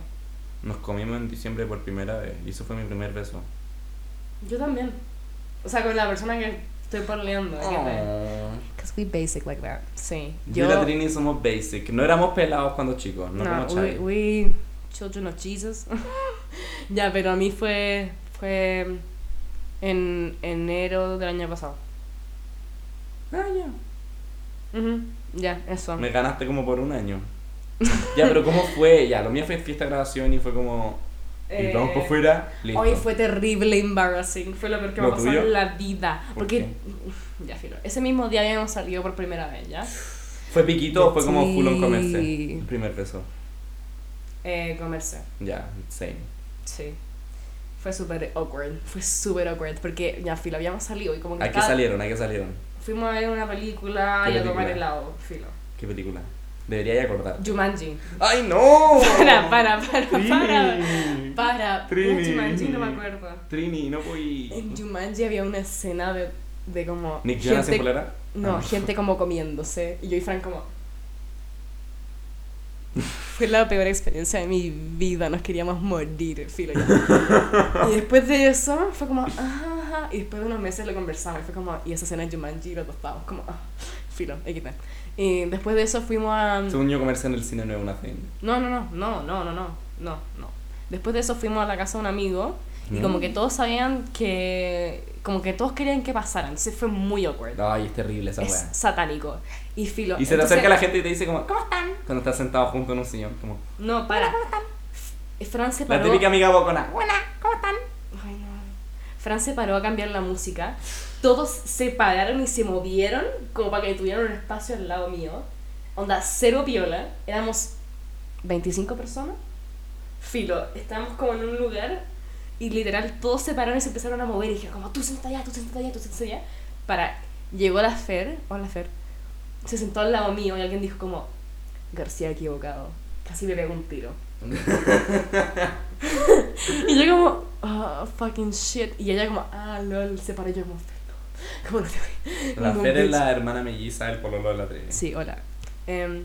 Speaker 2: Nos comimos en diciembre por primera vez. Y eso fue mi primer beso.
Speaker 1: Yo también. O sea, con la persona que estoy pololeando. Because we basic like that. Sí.
Speaker 2: Oh. Yo y la Trini somos basic. No éramos pelados cuando chicos, no,
Speaker 1: No,
Speaker 2: como
Speaker 1: we,
Speaker 2: Chai.
Speaker 1: we children of Jesus. ya, pero a mí fue fue en enero del año pasado.
Speaker 2: Ah, ya.
Speaker 1: Ujú, Ya, eso.
Speaker 2: Me ganaste como por un año. ya, pero ¿cómo fue? Ya, lo mío fue fiesta de graduación y fue como.
Speaker 1: Eh,
Speaker 2: y vamos por fuera. Listo.
Speaker 1: Hoy fue terrible, embarrassing. Fue lo peor que me
Speaker 2: ¿Lo
Speaker 1: ha pasado
Speaker 2: tuyo?
Speaker 1: en la vida.
Speaker 2: ¿Por
Speaker 1: Porque, ya, filo. Ese mismo día habíamos salido por primera vez, ¿ya?
Speaker 2: ¿Fue piquito o fue como
Speaker 1: Sí.
Speaker 2: full on comerse? El primer beso.
Speaker 1: Eh, comerse.
Speaker 2: Ya, same.
Speaker 1: Sí. Fue súper awkward. Fue súper awkward. Porque, ya, filo, habíamos salido y como que,
Speaker 2: ¿A qué
Speaker 1: cada-
Speaker 2: salieron? ¿A qué salieron?
Speaker 1: fuimos a ver una película
Speaker 2: ¿Qué
Speaker 1: y a tomar
Speaker 2: película?
Speaker 1: helado, filo.
Speaker 2: ¿Qué película? Debería ya acordar.
Speaker 1: Jumanji.
Speaker 2: ¡Ay, no!
Speaker 1: Para, para, para, para.
Speaker 2: Trini.
Speaker 1: Para.
Speaker 2: Trini.
Speaker 1: En Jumanji no me acuerdo.
Speaker 2: Trini, no voy.
Speaker 1: En Jumanji había una escena de, de como.
Speaker 2: ¿Nick Jonas en polera?
Speaker 1: No,
Speaker 2: Ah.
Speaker 1: gente como comiéndose. Y yo y Frank como. Fue la peor experiencia de mi vida, nos queríamos morir, filo ya. Y después de eso, fue como, "Ah, ajá", y después de unos meses lo conversamos, y fue como, y esa escena de Jumanji, los dos estábamos como, "Ah, filo, equita. Y después de eso fuimos a...
Speaker 2: Según yo, comerse en el cine no es una thing.
Speaker 1: No, no, no, no, no, no, no, no, no. Después de eso fuimos a la casa de un amigo
Speaker 2: Mm.
Speaker 1: y como que todos sabían que... Como que todos querían que pasara, entonces fue muy awkward.
Speaker 2: Ay, es terrible esa
Speaker 1: es
Speaker 2: weá.
Speaker 1: satánico. Y filo.
Speaker 2: Y se te
Speaker 1: entonces-
Speaker 2: acerca la gente y te dice como, ¿cómo están? Cuando estás sentado junto en un sillón, como,
Speaker 1: No, para. F- Fran se
Speaker 2: la
Speaker 1: paró...
Speaker 2: típica amiga bocona.
Speaker 3: Hola, ¿cómo están?
Speaker 1: Ay, no. Fran se paró a cambiar la música. Todos se pararon y se movieron como para que tuvieran un espacio al lado mío. Onda, cero piola. Éramos 25 personas. Filo, estábamos como en un lugar y literal todos se pararon y se empezaron a mover. Y dije, como tú siéntate allá, tú siéntate allá, tú siéntate allá. Para. Llegó la Fer, hola Fer, se sentó al lado mío y alguien dijo, como García equivocado. Casi me pegó un tiro. Y yo como, ah, fucking shit. Y ella como, ah, lol, se paró y yo como, no, como no te voy.
Speaker 2: La
Speaker 1: Como,
Speaker 2: Fer es
Speaker 1: bitch.
Speaker 2: la hermana melliza del pololo de la Trini.
Speaker 1: Sí, hola. Em,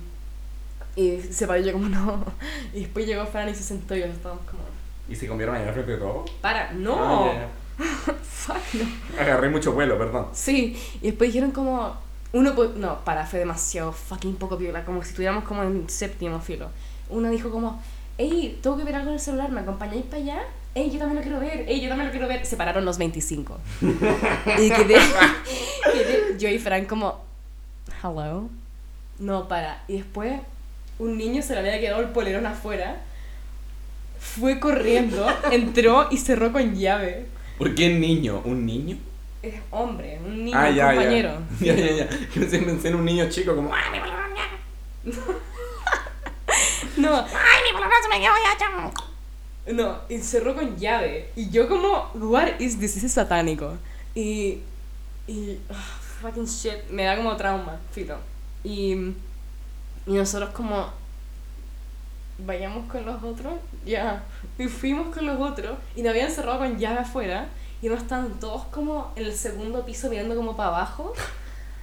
Speaker 1: y se paró y yo como, no. Y después llegó Fran y se sentó y yo estábamos como,
Speaker 2: Y se comieron allá frente de todo.
Speaker 1: para,
Speaker 2: Ah,
Speaker 1: no.
Speaker 2: ya, ya.
Speaker 1: Fuck, no.
Speaker 2: Agarré mucho vuelo, perdón.
Speaker 1: Sí, y después dijeron como, uno, po- no, para, fue demasiado fucking poco piola, como si estuviéramos como en séptimo filo. Uno dijo como, hey, tengo que ver algo en el celular, ¿me acompañáis para allá? Ey, yo también lo quiero ver, ey, yo también lo quiero ver. Se pararon los 25. y quedé, quedé yo y Fran como, hello. No, para. Y después un niño se le había quedado el polerón afuera. Fue corriendo, entró y cerró con llave.
Speaker 2: ¿Por qué niño? ¿Un niño?
Speaker 1: Es hombre, un niño,
Speaker 2: ah,
Speaker 1: un
Speaker 2: ya,
Speaker 1: compañero.
Speaker 2: ya. Ya, ya, ya. Que pensé, pensé en un niño chico como, ¡ah, mi pololo!
Speaker 1: No,
Speaker 3: Ay, mi palabra se me quedó ya, chamo.
Speaker 1: no, y cerró con llave. Y yo como, what is this? This is satánico. Y, y, ah, fucking shit, me da como trauma, filo. Y, y nosotros como, vayamos con los otros, ya. Y fuimos con los otros y nos habían cerrado con llave afuera. Y no estaban todos como en el segundo piso mirando como para abajo.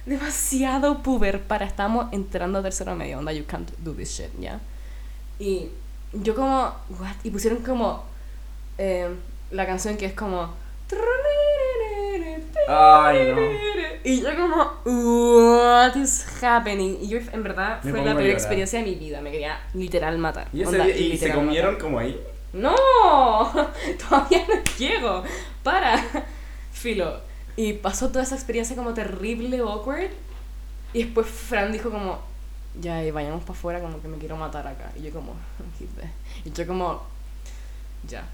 Speaker 1: Demasiado puber para estamos entrando a tercero medio. Onda, you can't do this shit, ya. Y yo como, what? Y pusieron como eh, la canción que es como...
Speaker 2: Ay, no.
Speaker 1: Y yo como, what is happening? Y yo en verdad
Speaker 2: Me
Speaker 1: fue
Speaker 2: pongo
Speaker 1: la
Speaker 2: a
Speaker 1: peor
Speaker 2: llorar.
Speaker 1: experiencia de mi vida. Me quería literal matar.
Speaker 2: Y, ese
Speaker 1: Onda,
Speaker 2: día- y se
Speaker 1: literal
Speaker 2: comieron
Speaker 1: matar.
Speaker 2: como ahí.
Speaker 1: ¡No! Todavía no llego. Para. Filo. Y pasó toda esa experiencia como terrible, awkward. Y después Fran dijo como, ya, y vayamos para afuera, como que me quiero matar acá. Y yo como, "Hit the-". y yo como, ya.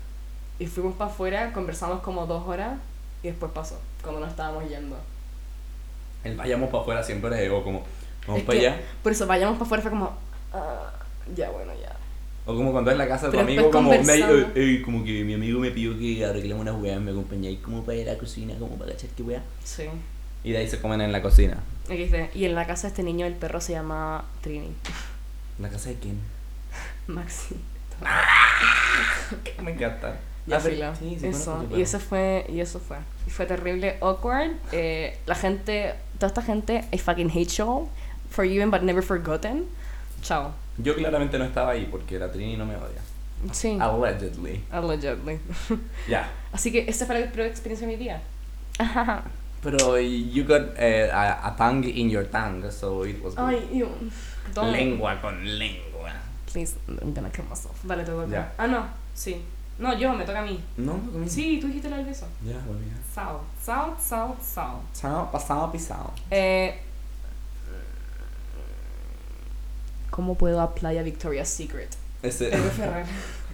Speaker 1: Y fuimos para afuera, conversamos como dos horas y después pasó, cuando nos estábamos yendo.
Speaker 2: El vayamos para afuera siempre les digo como, vamos
Speaker 1: Es
Speaker 2: para
Speaker 1: que
Speaker 2: allá.
Speaker 1: Por eso, vayamos para afuera fue como, "Ah, ya, bueno, ya.
Speaker 2: O como cuando es la casa de tu
Speaker 1: Pero
Speaker 2: amigo,
Speaker 1: después
Speaker 2: como, me-
Speaker 1: conversamos.
Speaker 2: eh, eh, como que mi amigo me pidió que arreglemos unas weas, me acompañáis como para ir a la cocina, como para cachar qué wea.
Speaker 1: Sí.
Speaker 2: Y de ahí se comen en la cocina.
Speaker 1: Y dice, Y en la casa de este niño el perro se llamaba Trini.
Speaker 2: ¿La casa de quién?
Speaker 1: Maxi.
Speaker 2: Me encanta.
Speaker 1: Ya
Speaker 2: Ah, sí,
Speaker 1: filo.
Speaker 2: sí, sí,
Speaker 1: eso.
Speaker 2: conozco tu
Speaker 1: Y
Speaker 2: perro.
Speaker 1: eso fue, y eso fue. Y fue terrible, awkward. Eh, la gente, toda esta gente, I fucking hate y'all. Forgiven but never forgotten. Chao.
Speaker 2: Yo claramente no estaba ahí porque la Trini no me odia.
Speaker 1: Sí.
Speaker 2: Ah, Allegedly.
Speaker 1: Allegedly.
Speaker 2: Ya.
Speaker 1: Así que esta fue la peor experiencia de mi día.
Speaker 2: Pero you got eh, a, a tongue in your tongue, so it was good.
Speaker 1: Ay, yo. Don't.
Speaker 2: Lengua con lengua.
Speaker 1: Please, I'm gonna kill myself. Dale, te toca.
Speaker 2: Ya.
Speaker 1: Ah, no. Sí. No, yo, me toca a mí.
Speaker 2: No, no comí.
Speaker 1: Sí, tú dijiste la del beso.
Speaker 2: Ya, bueno, ya.
Speaker 1: Sao, sao, sao, sao.
Speaker 2: Chao, pasado, pisado.
Speaker 1: Eh, ¿Cómo puedo aplicar a Victoria's Secret?
Speaker 2: Ese.
Speaker 1: Pedro Ferrer.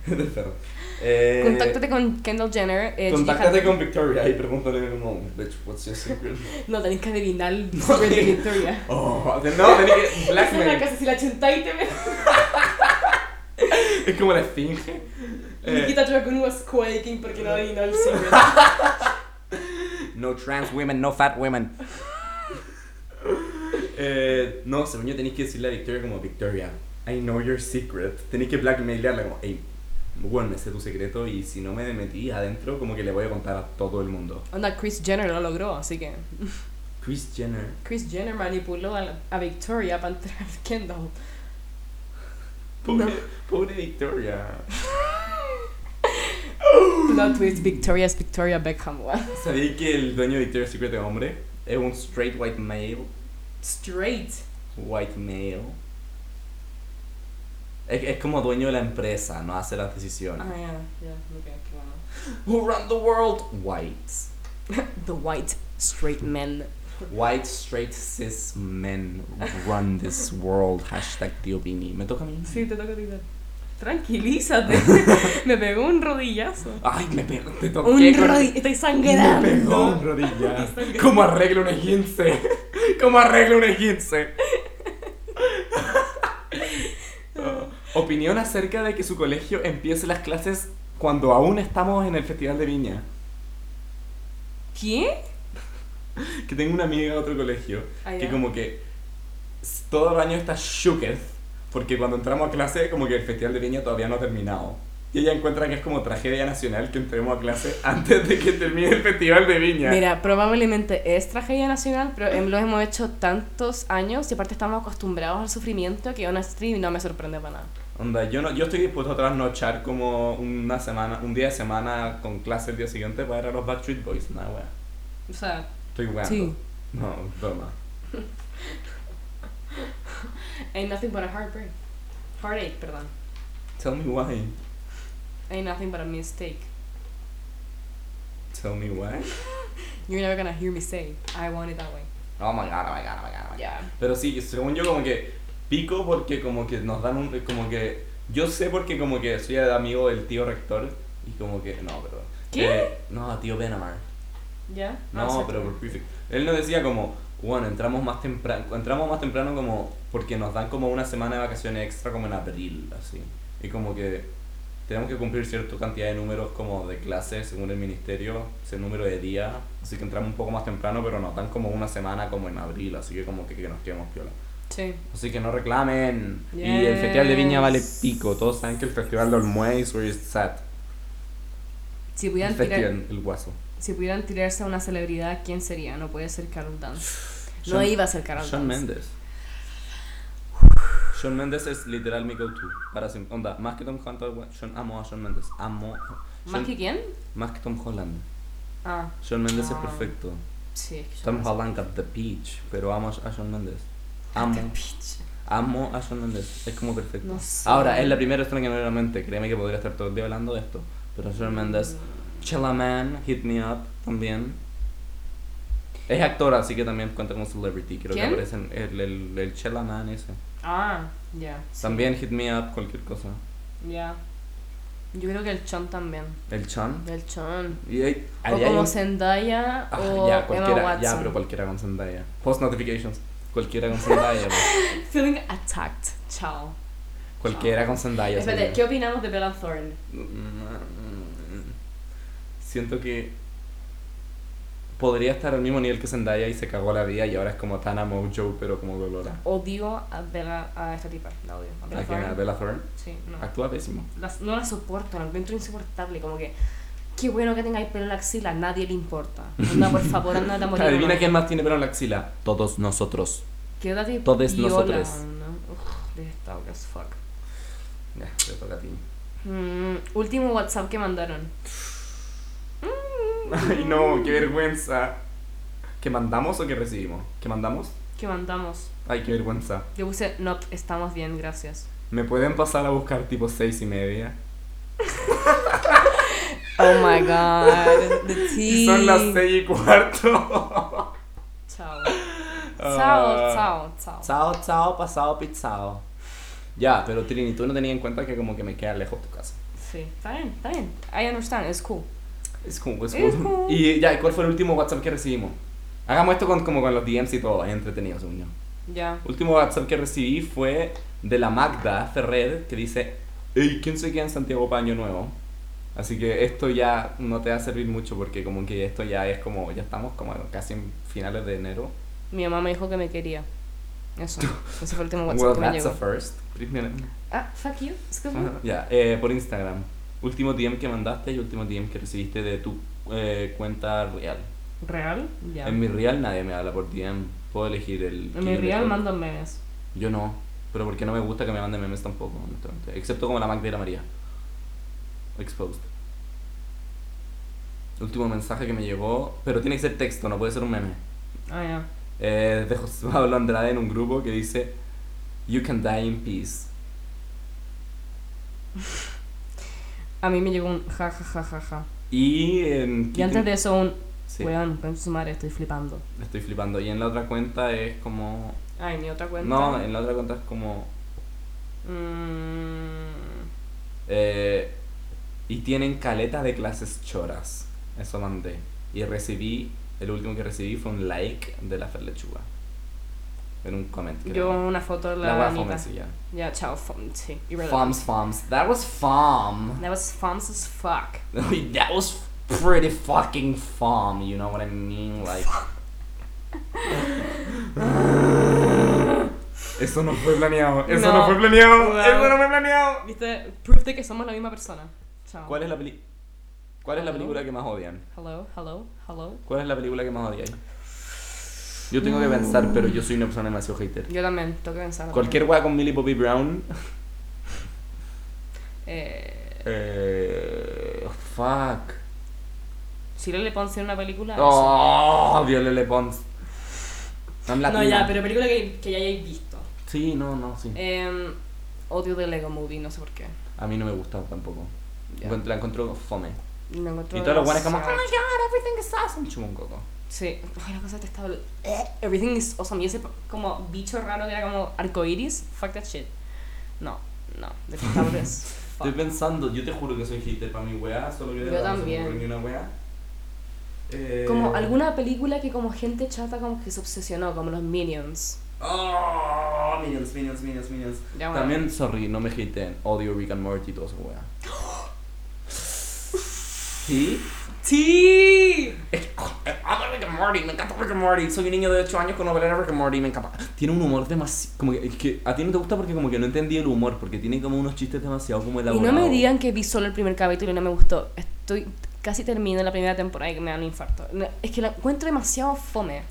Speaker 2: Del Este, perro. Eh,
Speaker 1: Contáctate con Kendall Jenner. eh, Gigi
Speaker 2: Contáctate
Speaker 1: Hadid.
Speaker 2: con Victoria y pregúntale como, bitch, what's your secret?
Speaker 1: No, tenés que adivinar el secret de Victoria.
Speaker 2: Oh, no, tenía que.
Speaker 1: Esa es la
Speaker 2: Blackmail.
Speaker 1: casa, si la chentai te ve.
Speaker 2: Es como la esfinge. Eh,
Speaker 1: Nikita Dragun was quaking porque no adivinó el secret.
Speaker 2: No trans women, no fat women. Eh, no, según yo tenéis que decirle a Victoria como Victoria, I know your secret. Tenéis que blackmailarla como, hey, bueno, me sé tu secreto y si no me metí adentro, como que le voy a contar a todo el mundo.
Speaker 1: Onda, Chris Jenner lo logró, así que.
Speaker 2: Chris Jenner.
Speaker 1: Chris Jenner manipuló a, a Victoria para entrar a Kendall.
Speaker 2: Pobre,
Speaker 1: No.
Speaker 2: pobre Victoria.
Speaker 1: Plot twist: Victoria es Victoria Beckham.
Speaker 2: ¿Sabéis que el dueño de Victoria's Secret es hombre? Es un straight white male.
Speaker 1: Straight.
Speaker 2: White male. Es, es como dueño de la empresa, no hace las decisiones.
Speaker 1: Ah, ya, ya, ok, qué bueno.
Speaker 2: Who run the world? Whites.
Speaker 1: The white straight men.
Speaker 2: White straight cis men run this world. Hashtag tío Pini. ¿Me toca a mí?
Speaker 1: Sí, te toca tirar. Tranquilízate. me pegó un rodillazo.
Speaker 2: Ay, me pegó. Te toqué.
Speaker 1: Un
Speaker 2: con-
Speaker 1: rodillazo. Estoy
Speaker 2: Me
Speaker 1: sangrando.
Speaker 2: pegó un rodilla. ¿Cómo arreglo un esguince? ¿Cómo arreglo un esguince? Oh. Opinión acerca de que su colegio empiece las clases cuando aún estamos en el Festival de Viña.
Speaker 1: ¿Qué?
Speaker 2: Que tengo una amiga de otro colegio
Speaker 1: Ah,
Speaker 2: que
Speaker 1: ya.
Speaker 2: como que s- todo el año está shooketh porque cuando entramos a clase como que el Festival de Viña todavía no ha terminado. Y ella encuentra que es como tragedia nacional que entremos a clase antes de que termine el Festival de Viña.
Speaker 1: Mira, probablemente es tragedia nacional, pero em- lo hemos hecho tantos años y aparte estamos acostumbrados al sufrimiento que una stream no me sorprende para nada.
Speaker 2: Onda, yo, no, yo estoy dispuesto a trasnochar como una semana, un día de semana con clase el día siguiente para ir a los Backstreet Boys. Nada, wea.
Speaker 1: O sea,
Speaker 2: Estoy weando.
Speaker 1: Sí.
Speaker 2: No, broma.
Speaker 1: ain't nothing but a heartbreak. Heartache, perdón.
Speaker 2: Tell me why.
Speaker 1: Ain't nothing but a mistake.
Speaker 2: Tell me why.
Speaker 1: You're never gonna hear me say, I want it that way.
Speaker 2: Oh my god, oh my god, oh my god. oh my god.
Speaker 1: Yeah.
Speaker 2: Pero sí, según yo como que pico porque como que nos dan un... como que... Yo sé porque como que soy el amigo del tío rector y como que... No, perdón.
Speaker 1: ¿Qué?
Speaker 2: Eh, no, tío Benamar.
Speaker 1: ¿Ya? Ah,
Speaker 2: No,
Speaker 1: cierto.
Speaker 2: pero por perfect. Él nos decía como, bueno, entramos más temprano, entramos más temprano como porque nos dan como una semana de vacaciones extra como en abril, así. Y como que tenemos que cumplir cierta cantidad de números como de clases según el ministerio, ese número de días, así que entramos un poco más temprano, pero nos dan como una semana como en abril, así que como que, que nos quedemos piola.
Speaker 1: Sí.
Speaker 2: Así que no reclamen. Y el Festival de Viña vale pico, todos saben que el Festival de Olmué is where it's at.
Speaker 1: Si
Speaker 2: El
Speaker 1: pudieran, tirar,
Speaker 2: Festival, el guaso.
Speaker 1: si pudieran tirarse a una celebridad, ¿quién sería? No puede ser Carol Dance. No
Speaker 2: Sean-
Speaker 1: iba a ser Carol
Speaker 2: Sean
Speaker 1: Dance.
Speaker 2: Mendes. Sean Mendes es literal mi go-to. Para sim- onda, más que Tom Holland, we- Sean, amo a Sean Mendes. Amo.
Speaker 1: ¿Más
Speaker 2: Sean-
Speaker 1: que quién?
Speaker 2: más que Tom Holland.
Speaker 1: Ah,
Speaker 2: Sean Mendes
Speaker 1: Ah.
Speaker 2: es perfecto.
Speaker 1: sí. es que yo
Speaker 2: Tom
Speaker 1: no sé. Este
Speaker 2: Holland got the peach, pero amo a Sean Mendes. Amo,
Speaker 1: The Peach.
Speaker 2: Amo a Hernández, es como perfecto.
Speaker 1: No sé.
Speaker 2: Ahora, es la primera persona que me viene a la mente, créeme que podría estar todo el día hablando de esto. Pero Shawn Mendes, Chilla Man, Hit Me Up también. Es actor, así que también cuenta como celebrity. Creo
Speaker 1: ¿Quién?
Speaker 2: que aparece en el, el, el Chilla Man ese.
Speaker 1: Ah, ya. sí,
Speaker 2: También Hit Me Up, cualquier cosa.
Speaker 1: Ya. Yo creo que el Chon también.
Speaker 2: El Chan.
Speaker 1: El Chon.
Speaker 2: Y hay,
Speaker 1: O
Speaker 2: ahí hay
Speaker 1: como
Speaker 2: un-
Speaker 1: Zendaya
Speaker 2: Ah,
Speaker 1: o
Speaker 2: ya,
Speaker 1: Emma
Speaker 2: cualquiera,
Speaker 1: Watson.
Speaker 2: ya, pero cualquiera con Zendaya. Post notifications. Cualquiera con Zendaya. pues.
Speaker 1: Feeling attacked. Chao.
Speaker 2: cualquiera con Zendaya.
Speaker 1: Espérate,
Speaker 2: sería.
Speaker 1: ¿qué opinamos de Bella Thorne?
Speaker 2: Siento que podría estar al mismo nivel que Zendaya y se cagó la vida y ahora es como Tana Mojo, pero como Dolora.
Speaker 1: Odio a Bella, a esta tipa. La odio. A Bella
Speaker 2: ¿A quién?
Speaker 1: Thorne.
Speaker 2: ¿A Bella Thorne?
Speaker 1: Sí, no.
Speaker 2: Actúa pésimo.
Speaker 1: Las- no la soporto, la encuentro insoportable. Como que, qué bueno que tengáis pelo en la axila, a nadie le importa. Anda, por favor, anda a morir.
Speaker 2: Adivina quién más tiene pelo en la axila. Todos nosotros.
Speaker 1: Quédate
Speaker 2: Todes
Speaker 1: piola,
Speaker 2: nosotres.
Speaker 1: ¿no? Uf, detestable as fuck.
Speaker 2: Ya, te toca a ti.
Speaker 1: Mm, último WhatsApp que mandaron. Mm,
Speaker 2: Ay, no, qué vergüenza. ¿Que mandamos o que recibimos? ¿Que mandamos?
Speaker 1: Que mandamos.
Speaker 2: Ay, qué vergüenza.
Speaker 1: Yo puse, no, estamos bien, gracias.
Speaker 2: ¿Me pueden pasar a buscar tipo seis y media?
Speaker 1: Oh my god. The tea.
Speaker 2: Y son las seis y cuarto.
Speaker 1: Chao.
Speaker 2: Ah.
Speaker 1: Chao, chao, chao.
Speaker 2: Chao, chao, pasado, pizzao. Ya, pero Trini, tú no tenías en cuenta que como que me queda lejos tu casa.
Speaker 1: Sí, está bien, está bien. I understand, it's cool.
Speaker 2: Es como, es
Speaker 1: Es
Speaker 2: como.
Speaker 1: como-
Speaker 2: Y ya, ¿y ¿cuál fue el último WhatsApp que recibimos? Hagamos esto con, como con los DMs y todo, es entretenido, según yo.
Speaker 1: Ya.
Speaker 2: Último WhatsApp que recibí fue de la Magda Ferrer, que dice, Ey, ¿quién se queda en Santiago para Año Nuevo? Así que esto ya no te va a servir mucho porque como que esto ya es como, ya estamos como casi en finales de enero.
Speaker 1: Mi mamá me dijo que me quería. Eso. Ese fue el último WhatsApp
Speaker 2: Well,
Speaker 1: que me
Speaker 2: that's a
Speaker 1: llegó.
Speaker 2: first. Primer-
Speaker 1: Ah, fuck you. Excuse me.
Speaker 2: Ajá, Ya, eh, por Instagram. Último DM que mandaste y último DM que recibiste de tu eh, cuenta real.
Speaker 1: ¿Real? Ya.
Speaker 2: En mi real nadie me habla por DM. Puedo elegir el.
Speaker 1: En
Speaker 2: quién
Speaker 1: mi
Speaker 2: le
Speaker 1: real
Speaker 2: respondo.
Speaker 1: mandan memes.
Speaker 2: Yo no. Pero porque no me gusta que me manden memes tampoco, honestamente. Excepto como la Magda y la María. Exposed. Último mensaje que me llegó. Pero tiene que ser texto, no puede ser un meme.
Speaker 1: Ah, ya.
Speaker 2: Eh, de José Pablo Andrade en un grupo que dice: You can die in peace.
Speaker 1: A mí me llegó un ja ja ja ja ja.
Speaker 2: Y. En
Speaker 1: Y antes de eso un
Speaker 2: Sí.
Speaker 1: weón, con su madre, estoy flipando.
Speaker 2: Estoy flipando. Y en la otra cuenta es como.
Speaker 1: Ay, ni otra cuenta.
Speaker 2: No, en la otra cuenta es como.
Speaker 1: Mm,
Speaker 2: eh, y tienen caleta de clases choras. Eso mandé. Y recibí. El último que recibí fue un like de la Fer Lechuga. En un comment.
Speaker 1: yo
Speaker 2: creo.
Speaker 1: una foto de
Speaker 2: La
Speaker 1: la,
Speaker 2: wea fome,
Speaker 1: Anita.
Speaker 2: sí, ya.
Speaker 1: Ya, chao, fom, sí. irrelevant.
Speaker 2: Foms, foms. That was fom.
Speaker 1: That was foms as fuck.
Speaker 2: That was pretty fucking fom. You know what I mean? Like. Eso no fue planeado. Eso no,
Speaker 1: No.
Speaker 2: fue planeado.
Speaker 1: Wow.
Speaker 2: Eso no fue planeado.
Speaker 1: Viste, proof de que somos la misma persona. Chao.
Speaker 2: ¿Cuál es la peli ¿Cuál es la
Speaker 1: Hello.
Speaker 2: película que más odian?
Speaker 1: Hello, hello, hello.
Speaker 2: ¿Cuál es la película que más odian? Yo tengo que pensar, pero yo soy una persona demasiado hater.
Speaker 1: Yo también, tengo que pensar.
Speaker 2: Cualquier wea con Millie Bobby Brown.
Speaker 1: Eh,
Speaker 2: Eh, fuck.
Speaker 1: si le Ponce en una película. eso.
Speaker 2: Oh, Violele Pons. I'm
Speaker 1: no,
Speaker 2: latina.
Speaker 1: ya, pero película que, que ya hayáis visto.
Speaker 2: Sí, no, no, sí.
Speaker 1: Em, odio de Lego Movie, no sé por qué.
Speaker 2: A mí no me gusta tampoco.
Speaker 1: Ya.
Speaker 2: Encont- La encuentro fome.
Speaker 1: Lo encuentro
Speaker 2: Y todos los buenos como, oh
Speaker 1: demasiado-
Speaker 2: my god, everything is awesome. Chuma un coco.
Speaker 1: Sí, ay, la cosa detestable. Eh, Everything is awesome. Y ese como bicho raro que era como arcoiris, fuck that shit. No, no, detestable es fuck.
Speaker 2: Estoy pensando, yo te juro que soy hater para mi weá, solo que de
Speaker 1: Yo
Speaker 2: verdad no se me
Speaker 1: también.
Speaker 2: ocurre ni una weá. Eh,
Speaker 1: Como alguna película que como gente chata como que se obsesionó, como los Minions.
Speaker 2: Oh, minions, minions, minions, minions.
Speaker 1: Ya, Ah, bueno.
Speaker 2: También, sorry, no me hateen. Odio Rick and Morty y toda esa weá. ¿Sí? eh,
Speaker 1: ¡Sí!
Speaker 2: Amo Rick and Morty, me encanta Rick and Morty. Soy un niño de 8 años con novela de Rick and Morty, me encanta. Tiene un humor demasiado. Como que, es que a ti no te gusta porque, como que no entendí el humor, porque tiene como unos chistes demasiado como
Speaker 1: Y no
Speaker 2: elaborados.
Speaker 1: me digan que vi solo el primer capítulo y no me gustó. Estoy casi termino la primera temporada y que me dan un infarto. No, Es que la encuentro demasiado fome.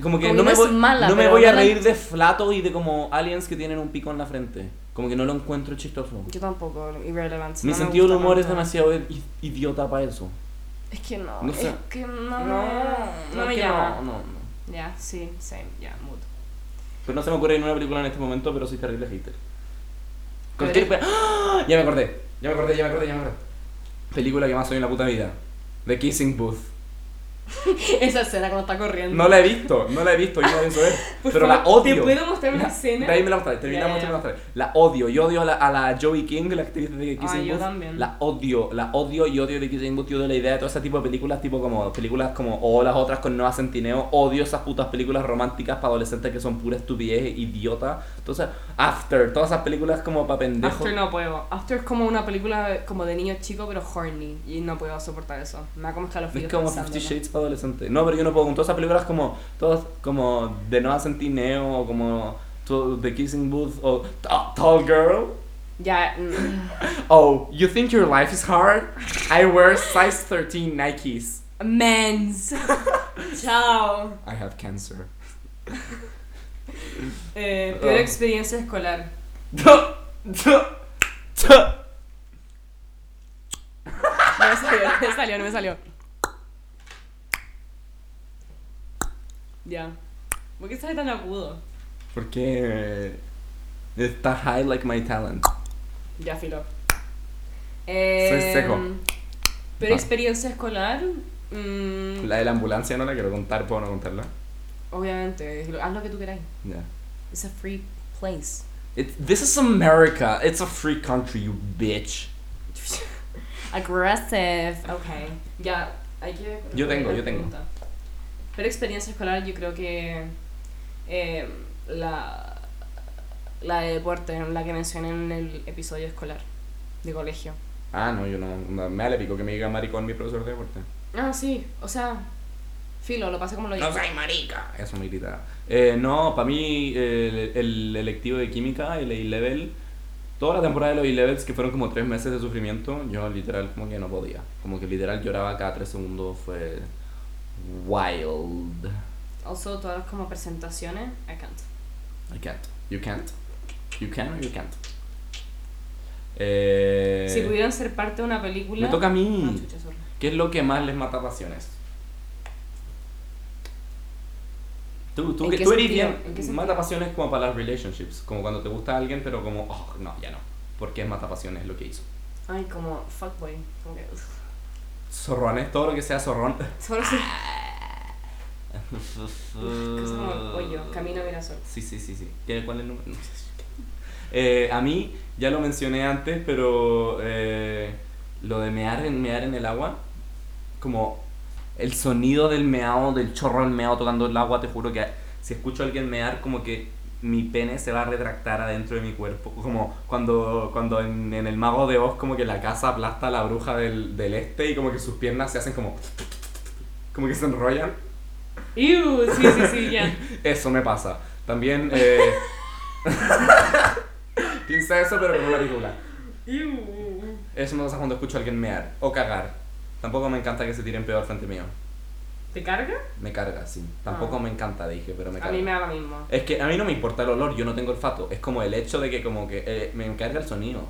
Speaker 2: Como que
Speaker 1: Como
Speaker 2: no
Speaker 1: que
Speaker 2: me,
Speaker 1: no
Speaker 2: voy,
Speaker 1: es mala,
Speaker 2: no me
Speaker 1: pero
Speaker 2: voy a
Speaker 1: no la-
Speaker 2: reír de flato y de como aliens que tienen un pico en la frente. Como que no lo encuentro chistoso.
Speaker 1: Yo tampoco, irrelevant.
Speaker 2: Mi
Speaker 1: no me
Speaker 2: sentido del
Speaker 1: gusta
Speaker 2: humor es
Speaker 1: tanto.
Speaker 2: demasiado i- idiota para eso.
Speaker 1: Es que no,
Speaker 2: No sé.
Speaker 1: es que no,
Speaker 2: No,
Speaker 1: no,
Speaker 2: es
Speaker 1: me
Speaker 2: que
Speaker 1: llama.
Speaker 2: No, Pues no, no.
Speaker 1: Ya, sí, same, ya, mood.
Speaker 2: este
Speaker 1: Pero-
Speaker 2: ¡Ah! Ya me acordé, ya me acordé, ya me acordé, ya me acordé. Película que más soy en la puta vida. The Kissing Booth.
Speaker 1: Esa escena cuando está corriendo.
Speaker 2: No la he visto, no la he visto, yo no la pienso ver.
Speaker 1: Por
Speaker 2: pero la
Speaker 1: favor,
Speaker 2: odio.
Speaker 1: ¿Te puedo mostrar una
Speaker 2: La-
Speaker 1: escena?
Speaker 2: De ahí me la mostraré, terminamos
Speaker 1: Ya,
Speaker 2: de
Speaker 1: ya, ya.
Speaker 2: mostrar. La odio, yo odio a la, a la Joey King, la actriz de Kissing
Speaker 1: Ay, yo
Speaker 2: Booth.
Speaker 1: también.
Speaker 2: La odio, la odio y odio de Kissing Booth. Yo odio la idea de todo ese tipo de películas, tipo como películas como O las otras con Nueva Centineo. Odio esas putas películas románticas para adolescentes que son pura estupidez, idiota. Entonces, After, todas esas películas como para pendejos.
Speaker 1: After no puedo. After es como una película como de niño chico, pero horny. Y no puedo soportar eso. Me da como escalofríos
Speaker 2: Es como
Speaker 1: pensando,
Speaker 2: Fifty
Speaker 1: ¿no?
Speaker 2: Shades para adolescente. No, pero yo no puedo. Con todas esas películas como. Todas como The Noah Centineo o como to- The Kissing Booth o Ta- Tall Girl.
Speaker 1: Ya, mm,
Speaker 2: Oh, you think your life is hard? I wear size 13 Nikes.
Speaker 1: Men's. Chao.
Speaker 2: I have cancer.
Speaker 1: Eh, peor
Speaker 2: Oh.
Speaker 1: experiencia escolar. No me salió, no me salió, no me salió. Ya. ¿Por qué sale tan agudo?
Speaker 2: Porque está high like my talent.
Speaker 1: Ya, filo. Eh,
Speaker 2: seco.
Speaker 1: Peor
Speaker 2: Ah.
Speaker 1: experiencia escolar. mm,
Speaker 2: La de la ambulancia no la quiero contar, ¿puedo no contarla?
Speaker 1: Obviamente, haz lo que tú queráis.
Speaker 2: Yeah.
Speaker 1: It's a free place.
Speaker 2: It, this is America. It's a free country, you bitch.
Speaker 1: Aggressive. Ok. Ya, hay que.
Speaker 2: Yo tengo, yo tengo.
Speaker 1: Pero experiencia escolar, yo creo que. eh, la. La de deporte, la que mencioné en el episodio escolar de colegio.
Speaker 2: Ah, no, yo no. no, Me vale pico que me diga maricón mi profesor de deporte.
Speaker 1: Ah, sí, o sea. Filo, lo pasé como lo dije.
Speaker 2: soy marica. Eso me gritaba. Eh, no, para mí eh, el, el electivo de química, el A-Level, toda la temporada de los A-Levels, que fueron como tres meses de sufrimiento, yo literal como que no podía. Como que literal lloraba cada tres segundos, fue wild.
Speaker 1: Also, todas las como presentaciones, I can't.
Speaker 2: I can't. You can't. You can or you can't. Eh,
Speaker 1: si pudieran ser parte de una película.
Speaker 2: me toca a
Speaker 1: Ah,
Speaker 2: mí.
Speaker 1: chucha, sorry.
Speaker 2: ¿Qué es lo que más les mata pasiones? Tú, tú,
Speaker 1: ¿En
Speaker 2: que-
Speaker 1: qué
Speaker 2: tú eres
Speaker 1: sentido?
Speaker 2: bien.
Speaker 1: ¿En qué
Speaker 2: Mata
Speaker 1: sentido?
Speaker 2: pasiones como para las relationships. Como cuando te gusta alguien, pero como, oh, no, ya no. Porque es mata pasiones lo que hizo.
Speaker 1: Ay, como fuckboy. Como que. uf.
Speaker 2: Zorrón es todo lo que sea zorrón.
Speaker 1: Solo se.
Speaker 2: Ah.
Speaker 1: Es como el pollo, camino mirasol.
Speaker 2: Sí, sí, sí, sí. ¿Qué- ¿Cuál es el número? No sé. Eh, a mí, ya lo mencioné antes, pero eh, lo de mear en, mear en el agua, como el sonido del meado, del chorro del meado tocando el agua, te juro que si escucho a alguien mear, como que mi pene se va a retractar adentro de mi cuerpo. Como cuando, cuando en, en el mago de Oz, como que la casa aplasta a la bruja del, del este y como que sus piernas se hacen como... Como que se enrollan.
Speaker 1: Ew, sí, sí, sí, ya.
Speaker 2: Eso me pasa. También, eh... Piensa eso, pero como la película.
Speaker 1: Ew.
Speaker 2: Eso me pasa cuando escucho a alguien mear o cagar. Tampoco me encanta que se tiren peor frente mío.
Speaker 1: ¿Te carga?
Speaker 2: Me carga, sí. Tampoco
Speaker 1: Ah.
Speaker 2: me encanta, dije, pero me
Speaker 1: A
Speaker 2: carga.
Speaker 1: mí me da lo mismo.
Speaker 2: Es que a mí no me importa el olor, yo no tengo olfato. Es como el hecho de que como que eh, me encarga el sonido.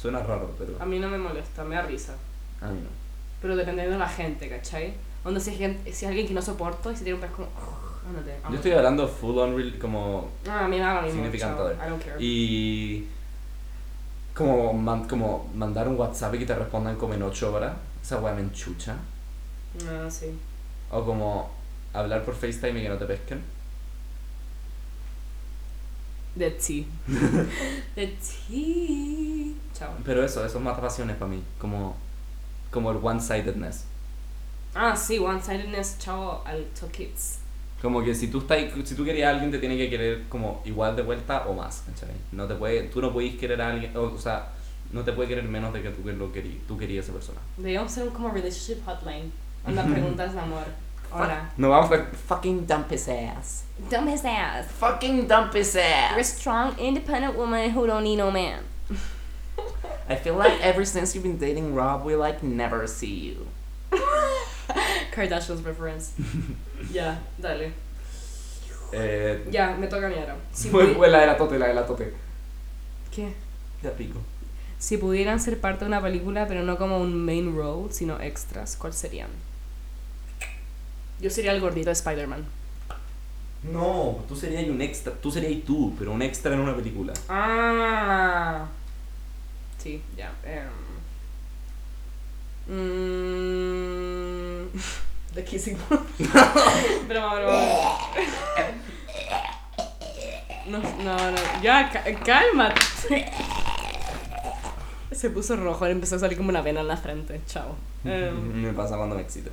Speaker 2: Suena raro, pero
Speaker 1: A mí no me molesta, me da risa.
Speaker 2: a mí no.
Speaker 1: Pero dependiendo de la gente, ¿cachai? Onda, si es, gente, si es alguien que no soporto y se tiene un pez como. "Ugh, ándate,
Speaker 2: Yo
Speaker 1: ándate".
Speaker 2: estoy hablando full on real, como
Speaker 1: No, a mí me da lo mismo.
Speaker 2: Significantador.
Speaker 1: chao, I don't care.
Speaker 2: Y como, man- como mandar un WhatsApp y que te respondan como en 8 horas, esa weá me enchucha.
Speaker 1: No, Ah, sí.
Speaker 2: O como hablar por FaceTime y que no te pesquen.
Speaker 1: The tea. The tea. Chao.
Speaker 2: Pero eso, eso mata pasiones para mí. Como, como el one-sidedness.
Speaker 1: Ah, sí, one-sidedness, chao al to kids.
Speaker 2: Como que si tú estás, si tú querías a alguien te tiene que querer como igual de vuelta o más, ¿cachai? No te puede, tú no puedes querer a alguien, o, o sea, no te puede querer menos de que tú que lo querías, tú querías a esa persona.
Speaker 1: Deberíamos hacer un como relationship hotline. Onda, preguntas de amor. Hola.
Speaker 2: No vamos a
Speaker 4: Fucking dump his ass.
Speaker 1: Dumb his ass.
Speaker 4: Fucking dump his
Speaker 1: You're a
Speaker 4: ass.
Speaker 1: strong, independent woman who don't need no man.
Speaker 4: I feel like ever since you've been dating Rob, we like never see you.
Speaker 1: Kardashian's reference. ya, dale.
Speaker 2: eh,
Speaker 1: Ya, me toca a mí ahora. Si pudi-
Speaker 2: fue la de la tote, la de la tote.
Speaker 1: ¿Qué?
Speaker 2: Ya pico.
Speaker 1: Si pudieran ser parte de una película, pero no como un main role, sino extras, ¿cuál serían? Yo sería el gordito de Spider-Man.
Speaker 2: No, tú serías un extra, tú serías tú, pero un extra en una película.
Speaker 1: Ah. Sí, ya. em. Mm, The Kissing Booth. broma, broma. No, no, no. Ya, ca- cálmate. Se puso rojo, le empezó a salir como una vena en la frente. Chao. Em,
Speaker 2: Me pasa cuando me excito.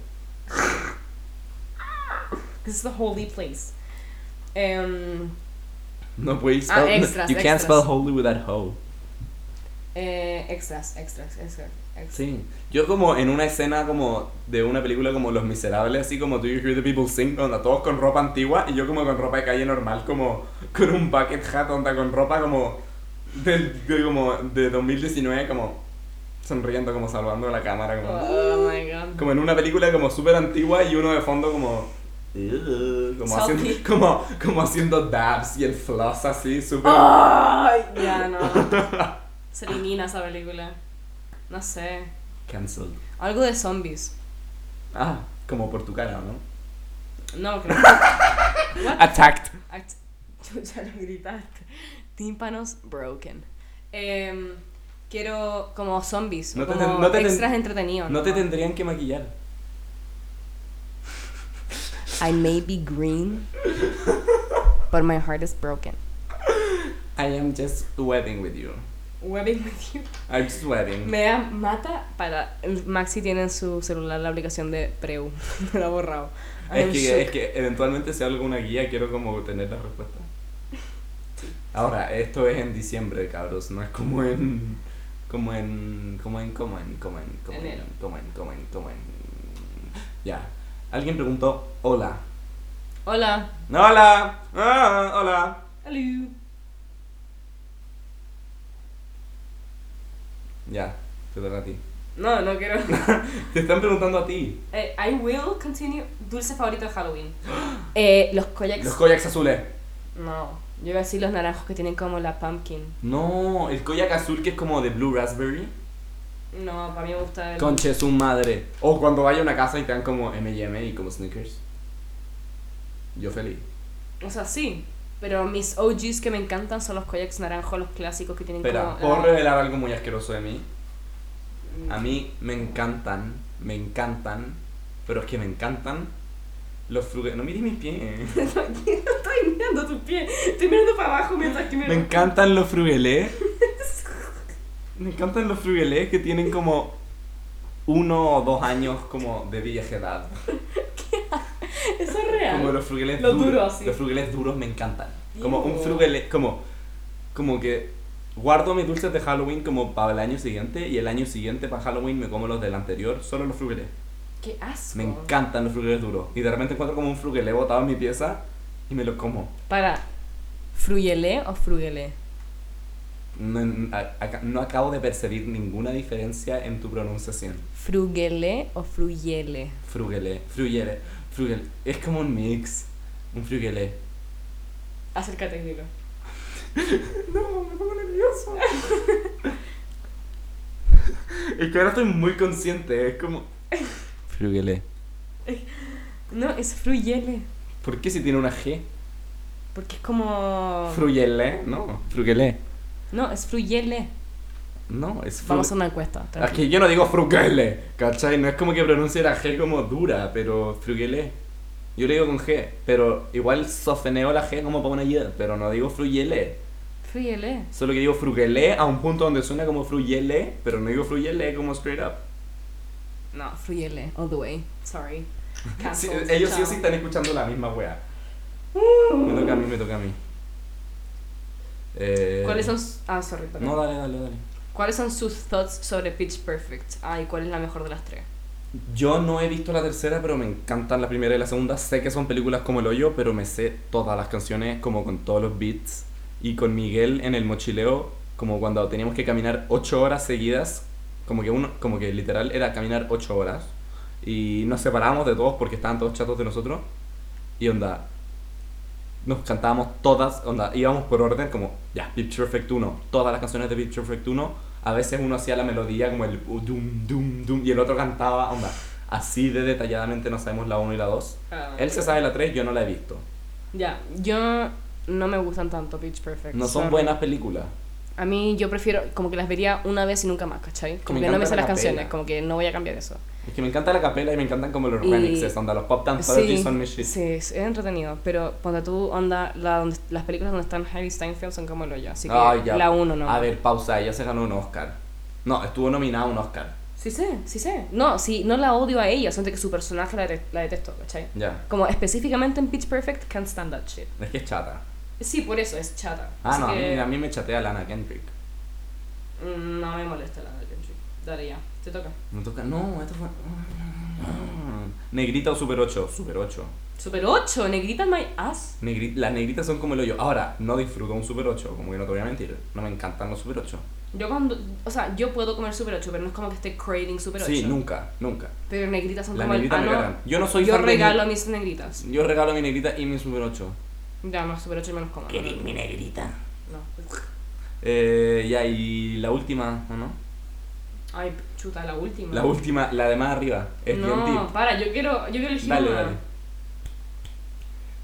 Speaker 1: this is the holy place. Em,
Speaker 2: No puedes
Speaker 1: Ah,
Speaker 2: spell.
Speaker 1: extras,
Speaker 2: you can't
Speaker 1: extras.
Speaker 2: spell holy without hoe.
Speaker 1: eh, extras, extras, extras, extras.
Speaker 2: Sí. Yo como en una escena como de una película como Los Miserables, así como Do You Hear the People Sing, onda todos con ropa antigua y yo como con ropa de calle normal, como con un bucket hat, onda con ropa como de, de como de 2019, como sonriendo, como salvando la cámara, como,
Speaker 1: Oh my god.
Speaker 2: como en una película como súper antigua y uno de fondo como "Ugh", como
Speaker 1: Salty.
Speaker 2: haciendo, como, como haciendo dabs y el floss así, súper...
Speaker 1: Ah. Ay, ya no. Se elimina esa película. No sé.
Speaker 2: Cancelled.
Speaker 1: Algo de zombies.
Speaker 2: Ah, como por tu cara, ¿no?
Speaker 1: No, creo.
Speaker 2: Attacked.
Speaker 1: Act- Chucha, lo gritaste. Tímpanos broken. Em, quiero como zombies.
Speaker 2: No
Speaker 1: o
Speaker 2: te
Speaker 1: como
Speaker 2: ten- no te ten-
Speaker 1: extras entretenidos.
Speaker 2: No te tendrían que maquillar.
Speaker 1: I may be green, but my heart is broken.
Speaker 2: I am just webbing with you.
Speaker 1: Webbing with you.
Speaker 2: I'm just webbing.
Speaker 1: Me da- mata para. Maxi tiene en su celular la aplicación de Preu. Me la ha borrado. I am
Speaker 2: Es que, es
Speaker 1: shook.
Speaker 2: que eventualmente si hago alguna guía quiero como tener la respuesta. Ahora, esto es en diciembre, cabros, no es como en... Como en... Como en... Como en... Como en... Como en...
Speaker 1: Enero.
Speaker 2: Como en... Como en... Como en... Ya. Alguien preguntó, hola.
Speaker 1: Hola.
Speaker 2: Hola. Ah, hola.
Speaker 1: Hello.
Speaker 2: Ya, te toca a ti.
Speaker 1: No, no quiero.
Speaker 2: Te están preguntando a ti.
Speaker 1: Eh, I will continue. Dulce favorito de Halloween. Eh, los koyaks.
Speaker 2: Los koyaks azules.
Speaker 1: no, yo iba a decir los naranjos que tienen como la pumpkin.
Speaker 2: No, el koyak azul que es como de blue raspberry.
Speaker 1: No, para mí me gusta el.
Speaker 2: Conche su madre. O cuando vaya a una casa y te dan como M&M y como sneakers. Yo feliz.
Speaker 1: O sea, sí. Pero mis OGs que me encantan son los koyaks naranjos, los clásicos que tienen
Speaker 2: Espera,
Speaker 1: como.
Speaker 2: ¿puedo Ah. revelar algo muy asqueroso de mí?
Speaker 1: Mm.
Speaker 2: A mí me encantan, me encantan, pero es que me encantan los frugues. No mires mis pies.
Speaker 1: Estoy mirando tus pies. Estoy mirando para abajo mientras que
Speaker 2: Me encantan los frugelés. Me encantan los frugelés que tienen como uno o dos años como de viejedad.
Speaker 1: Eso es real.
Speaker 2: Como los frugeles
Speaker 1: Los
Speaker 2: duros.
Speaker 1: duros, sí.
Speaker 2: Los frugeles duros me encantan. Como un
Speaker 1: Ew.
Speaker 2: frugelé, como, como que guardo mis dulces de Halloween como para el año siguiente y el año siguiente para Halloween me como los del anterior, solo los frugelés.
Speaker 1: Qué asco.
Speaker 2: Me encantan los frugeles duros. Y de repente encuentro como un frugelé botado en mi pieza y me lo como.
Speaker 1: Para. ¿Fruyelé o frugelé?
Speaker 2: No, en- a- aca- no acabo de percibir ninguna diferencia en tu pronunciación.
Speaker 1: ¿Frugelé o fruyele?
Speaker 2: Frugelé, frugelé, frugelé. Es como un mix. Un frugelé.
Speaker 1: Acércate, dilo.
Speaker 2: No, me pongo nervioso. es que ahora estoy muy consciente, es como. Frugelé.
Speaker 1: No, es fruyele.
Speaker 2: ¿Por qué si tiene una G?
Speaker 1: Porque es
Speaker 2: Oh.
Speaker 1: como.
Speaker 2: Frugelé, no. Frugelé.
Speaker 1: no, es fruyele.
Speaker 2: No, es
Speaker 1: Vamos a hacer
Speaker 2: fru-
Speaker 1: una encuesta.
Speaker 2: Es
Speaker 1: tranquilo.
Speaker 2: que yo no digo frugelé, ¿cachai? No es como que pronuncie la G como dura, pero frugelé. Yo le digo con G, pero igual sofeneo la G como para una Y, pero no digo frugelé.
Speaker 1: Fruyele.
Speaker 2: Solo que digo frugelé a un punto donde suena como frugelé, pero no digo frugelé como straight up.
Speaker 1: No, fruyele. All the way. Sorry.
Speaker 2: Sí,
Speaker 1: Cancelled.
Speaker 2: ellos sí o
Speaker 1: Chao.
Speaker 2: sí están escuchando la misma wea. Me toca a mí, me toca a mí. Eh,
Speaker 1: ¿Cuáles son. s- Ah, sorry, perdón.
Speaker 2: No, dale, dale, dale.
Speaker 1: ¿Cuáles son sus thoughts sobre Pitch Perfect? Ay, ¿cuál es la mejor de las tres?
Speaker 2: Yo no he visto la tercera, pero me encantan la primera y la segunda. Sé que son películas como el hoyo, pero me sé todas las canciones, como con todos los beats. Y con Miguel en el mochileo, como cuando teníamos que caminar 8 horas seguidas, como que uno, como que literal era caminar 8 horas. Y nos separábamos de todos porque estaban todos chatos de nosotros. Y onda, nos cantábamos todas, onda, íbamos por orden, como, ya, Picture Perfect 1, todas las canciones de Picture Perfect 1, a veces uno hacía la melodía como el uh, dum, dum, dum, y el otro cantaba, Ah. onda, así de detalladamente no sabemos la 1 y la 2. Él se sabe la 3, yo no la he visto.
Speaker 1: Ya, yo no me gustan tanto Pitch Perfect.
Speaker 2: No son
Speaker 1: sorry.
Speaker 2: buenas películas.
Speaker 1: A mí yo prefiero como que las vería una vez y nunca más, ¿cachai? Como
Speaker 2: Me
Speaker 1: que no me
Speaker 2: encanta
Speaker 1: sé
Speaker 2: la
Speaker 1: las canciones,
Speaker 2: capela.
Speaker 1: como que no voy a cambiar eso.
Speaker 2: Es que me encanta la capela y me encantan como los
Speaker 1: Y-
Speaker 2: remixes, onda, los pop
Speaker 1: Sí,
Speaker 2: anthologies son mi shit.
Speaker 1: sí, es entretenido, pero ponte tú, onda, la donde- las películas donde están Harry Steinfeld son como el hoyo, así que
Speaker 2: Ay, ya.
Speaker 1: la uno no.
Speaker 2: A ver, pausa, ella se ganó un Oscar. No, estuvo nominada a un Oscar.
Speaker 1: Sí sé, sí sé. No, sí, no la odio a ella, solo que su personaje la, dete- la detesto, ¿cachai?
Speaker 2: Ya.
Speaker 1: Como específicamente en Pitch Perfect, can't stand that shit.
Speaker 2: Es que es chata.
Speaker 1: Sí, por eso, es chata.
Speaker 2: Ah,
Speaker 1: Así
Speaker 2: no, a
Speaker 1: que,
Speaker 2: mí, a mí me chatea Lana Kendrick.
Speaker 1: mm, No me molesta la country. Dale ya, te toca.
Speaker 2: Me toca. No, esto fue. Negrita o Super 8. Super 8.
Speaker 1: Super 8, negrita my ass.
Speaker 2: Negri- Las negritas son como el hoyo. Ahora, no disfruto un Super 8, como que no te voy a mentir. No me encantan los Super 8.
Speaker 1: Yo cuando, o sea, yo puedo comer Super 8, pero no es como que esté craving Super 8.
Speaker 2: Sí, nunca, nunca.
Speaker 1: Pero negritas son
Speaker 2: Las
Speaker 1: como
Speaker 2: negritas
Speaker 1: el
Speaker 2: me
Speaker 1: ano.
Speaker 2: cagan. Yo no soy
Speaker 1: Yo
Speaker 2: fan de-
Speaker 1: regalo a mis negritas.
Speaker 2: Yo regalo mi negrita y mi Super 8.
Speaker 1: Ya, más Super 8 menos coma.
Speaker 4: ¿Querés mi negrita?
Speaker 1: No.
Speaker 2: Eh, ya, y la última, ¿o no?
Speaker 1: Ay, chuta, la última.
Speaker 2: La última, la de más arriba. Es bien deep.
Speaker 1: No, para, yo quiero, yo quiero elegir
Speaker 2: Dale,
Speaker 1: una.
Speaker 2: dale.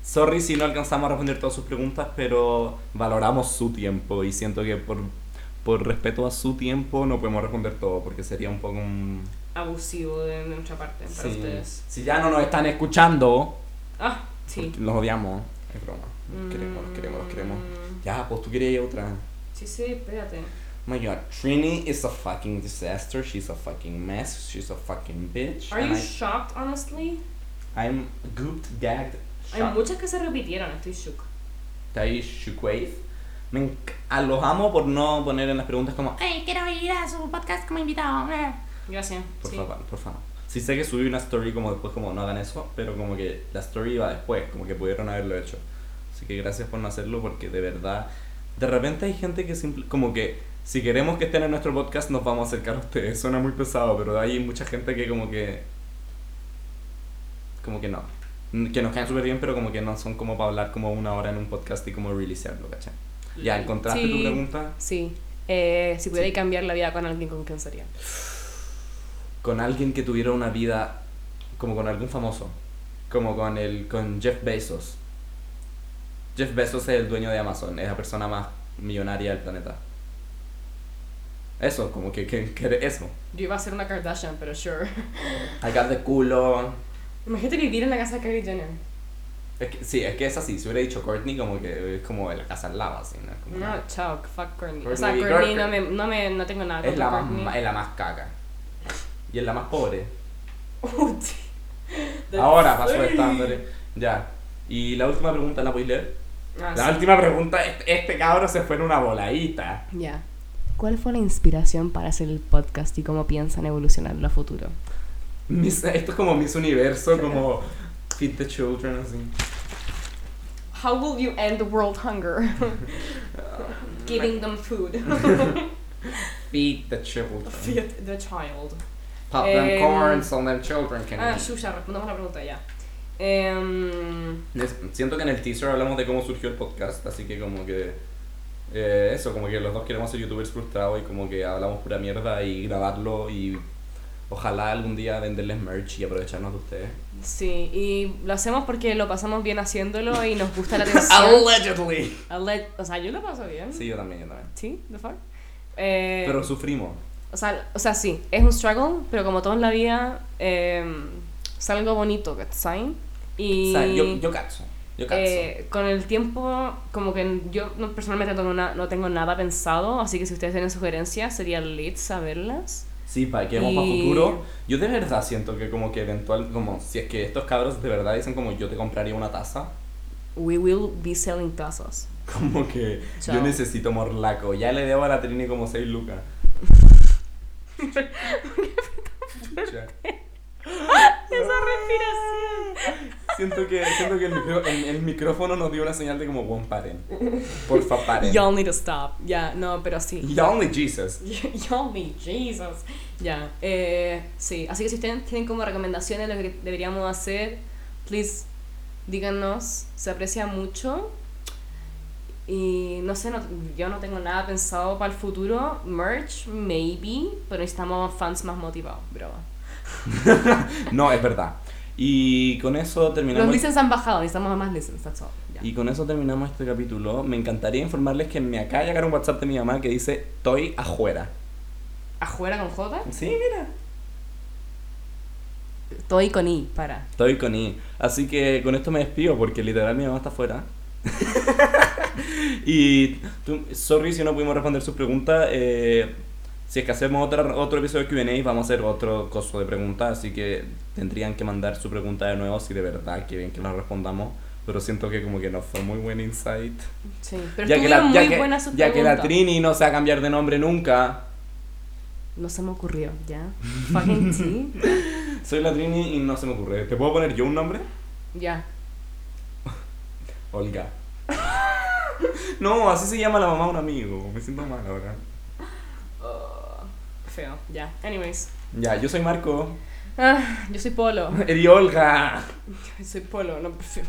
Speaker 2: Sorry si no alcanzamos a responder todas sus preguntas, pero valoramos su tiempo y siento que por, por respeto a su tiempo no podemos responder todo porque sería un poco un...
Speaker 1: Abusivo de, de nuestra parte para
Speaker 2: Sí.
Speaker 1: ustedes.
Speaker 2: Si ya no nos están escuchando,
Speaker 1: Ah, sí.
Speaker 2: los odiamos. Es broma. Los queremos, los queremos, los queremos.
Speaker 1: Mm.
Speaker 2: Ya, pues tú querías otra.
Speaker 1: Sí, sí, espérate.
Speaker 2: My god, Trini is a fucking disaster. She's a fucking mess. She's a fucking bitch.
Speaker 1: Are
Speaker 2: and
Speaker 1: you shocked, honestly?
Speaker 2: I, I'm gooped, gagged,
Speaker 1: Hay
Speaker 2: shocked.
Speaker 1: muchas que se repitieron, estoy shook.
Speaker 2: Tai Shukwave. Me enc- a los amo por no poner en las preguntas como, "Ay,
Speaker 3: Hey, quiero ir a su podcast como invitado. eh.
Speaker 1: Gracias.
Speaker 2: por
Speaker 1: sí.
Speaker 2: favor, por favor. Sí sé que subí una story como después, como no hagan eso, pero como que la story iba después, como que pudieron haberlo hecho. Así que gracias por no hacerlo porque de verdad, de repente hay gente que simple, como que si queremos que estén en nuestro podcast nos vamos a acercar a ustedes. Suena muy pesado, pero hay mucha gente que como que... Como que no. Que nos caen súper bien, pero como que no son como para hablar como una hora en un podcast y como releasearlo, ¿cachai? Ya, ¿encontraste tu
Speaker 1: Sí.
Speaker 2: pregunta?
Speaker 1: Sí. Eh, si pudiera cambiar la vida con alguien, ¿con quién sería?
Speaker 2: con alguien que tuviera una vida como con algún famoso, como con el con Jeff Bezos. Jeff Bezos es el dueño de Amazon, es la persona más millonaria del planeta. Eso, como que, que, que eso.
Speaker 1: Yo iba a ser una Kardashian, pero sure.
Speaker 2: Acá de culo.
Speaker 1: Imagínate vivir en la casa de Kylie Jenner.
Speaker 2: Es que, sí, es que es así. Si hubiera dicho Courtney, como que es como de la casa al lava, así, ¿no? Como
Speaker 1: No,
Speaker 2: que-
Speaker 1: chao, fuck Courtney. O sea,
Speaker 2: Kourtney,
Speaker 1: Courtney
Speaker 2: Kourtney.
Speaker 1: no me, no me, no tengo nada
Speaker 2: es,
Speaker 1: contra
Speaker 2: la más,
Speaker 1: Kourtney.
Speaker 2: ma- es la más caca. Y es la más pobre.
Speaker 1: Uh, sí. That's
Speaker 2: Ahora pasó
Speaker 1: sorry.
Speaker 2: estándares. Ya. Y la última pregunta, ¿la podéis leer?
Speaker 1: Ah,
Speaker 2: La
Speaker 1: sí.
Speaker 2: última pregunta, este, este cabro se fue en una voladita.
Speaker 1: Ya. ¿Cuál fue la inspiración para hacer el podcast y cómo piensan evolucionar a futuro?
Speaker 2: Miss- esto es como Miss Universo, como Feed the Children, así.
Speaker 1: How will you end the world hunger? Giving them food.
Speaker 2: Feed the Children.
Speaker 1: Feed the child.
Speaker 2: Pop
Speaker 1: Em,
Speaker 2: them corns on them children can
Speaker 1: Ah,
Speaker 2: eat.
Speaker 1: Shusha, respondamos la pregunta ya. Em,
Speaker 2: Es- Siento que en el teaser hablamos de cómo surgió el podcast, así que como que... eh, eso, como que los dos queremos ser youtubers frustrados y como que hablamos pura mierda y grabarlo y... Ojalá algún día venderles merch y aprovecharnos de ustedes.
Speaker 1: sí, y lo hacemos porque lo pasamos bien haciéndolo y nos gusta la atención.
Speaker 2: Allegedly.
Speaker 1: Ale- o sea, yo lo paso bien.
Speaker 2: Sí, yo también, yo también.
Speaker 1: Sí, the fuck. Eh,
Speaker 2: Pero sufrimos.
Speaker 1: O sea, o sea, sí, es un struggle, pero como todo en la vida, em, es algo bonito, ¿cachai? Y
Speaker 2: O sea, yo, yo cacho. Yo cacho.
Speaker 1: eh, con el tiempo, como que yo no- personalmente no tengo, na- no tengo nada pensado, así que si ustedes tienen sugerencias, sería lit saberlas.
Speaker 2: Sí, para que vamos para
Speaker 1: Y-
Speaker 2: futuro. Yo de verdad siento que como que eventual, como si es que estos cabros de verdad dicen como yo te compraría una taza,
Speaker 1: We will be selling tazas.
Speaker 2: como que
Speaker 1: Chao.
Speaker 2: yo necesito morlaco. Ya le debo a la Trini como 6 lucas. Chucha.
Speaker 1: Esa respiración.
Speaker 2: siento que, siento que el, micro- el- el micrófono nos dio una señal de como, buen paren. Porfa, paren.
Speaker 1: Y'all need to stop. Ya, no, pero sí.
Speaker 2: Y'all only Jesus.
Speaker 1: Y'all need Jesus. Ya, eh, sí. Así que si ustedes tienen como recomendaciones de lo que deberíamos hacer, please díganos. Se aprecia mucho. Y no sé, no- yo no tengo nada pensado para el futuro. Merch, maybe, pero necesitamos fans más motivados, bro.
Speaker 2: No, es verdad. Y con eso
Speaker 1: Los
Speaker 2: terminamos.
Speaker 1: licenses han bajado, necesitamos más licenses, that's all. Ya.
Speaker 2: Y con eso terminamos este capítulo. Me encantaría informarles que me acaba de llegar un WhatsApp de mi mamá que dice, estoy afuera.
Speaker 1: ¿Ajuera con J?
Speaker 2: Sí, mira.
Speaker 1: Estoy con I, para.
Speaker 2: Estoy con I. Así que con esto me despido porque literal mi mamá está afuera. y tú- sorry si no pudimos responder sus preguntas. eh, si es que hacemos otra, otro episodio de QA, vamos a hacer otro coso de preguntas. Así que tendrían que mandar su pregunta de nuevo si de verdad quieren que la respondamos. Pero siento que como que no fue muy buen insight.
Speaker 1: Sí, pero
Speaker 2: ya que la,
Speaker 1: estuvieron
Speaker 2: ya
Speaker 1: muy
Speaker 2: que-
Speaker 1: buenas sus
Speaker 2: ya que la
Speaker 1: preguntas.
Speaker 2: Trini no se va a cambiar de nombre nunca.
Speaker 1: No se me ocurrió, ¿ya? Fucking sí.
Speaker 2: Soy la Trini y no se me ocurre. ¿Te puedo poner yo un nombre?
Speaker 1: Ya.
Speaker 2: Olga. No, así se llama la mamá de un amigo. Me siento mal ahora.
Speaker 1: Uh, Feo, ya. Anyways.
Speaker 2: Ya, yo soy Marco.
Speaker 1: Ah, yo soy Polo.
Speaker 2: Eri Olga.
Speaker 1: Soy Polo, no prefiero.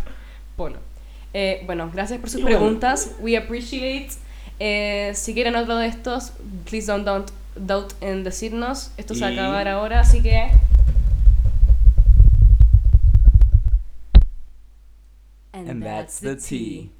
Speaker 1: Polo. Eh, bueno, gracias por sus
Speaker 2: Y bueno.
Speaker 1: preguntas. We appreciate. Eh, si quieren otro de estos, please don't, don't doubt en decirnos. Esto se va a
Speaker 2: Y-
Speaker 1: acabar ahora, así que.
Speaker 2: And that's the tea.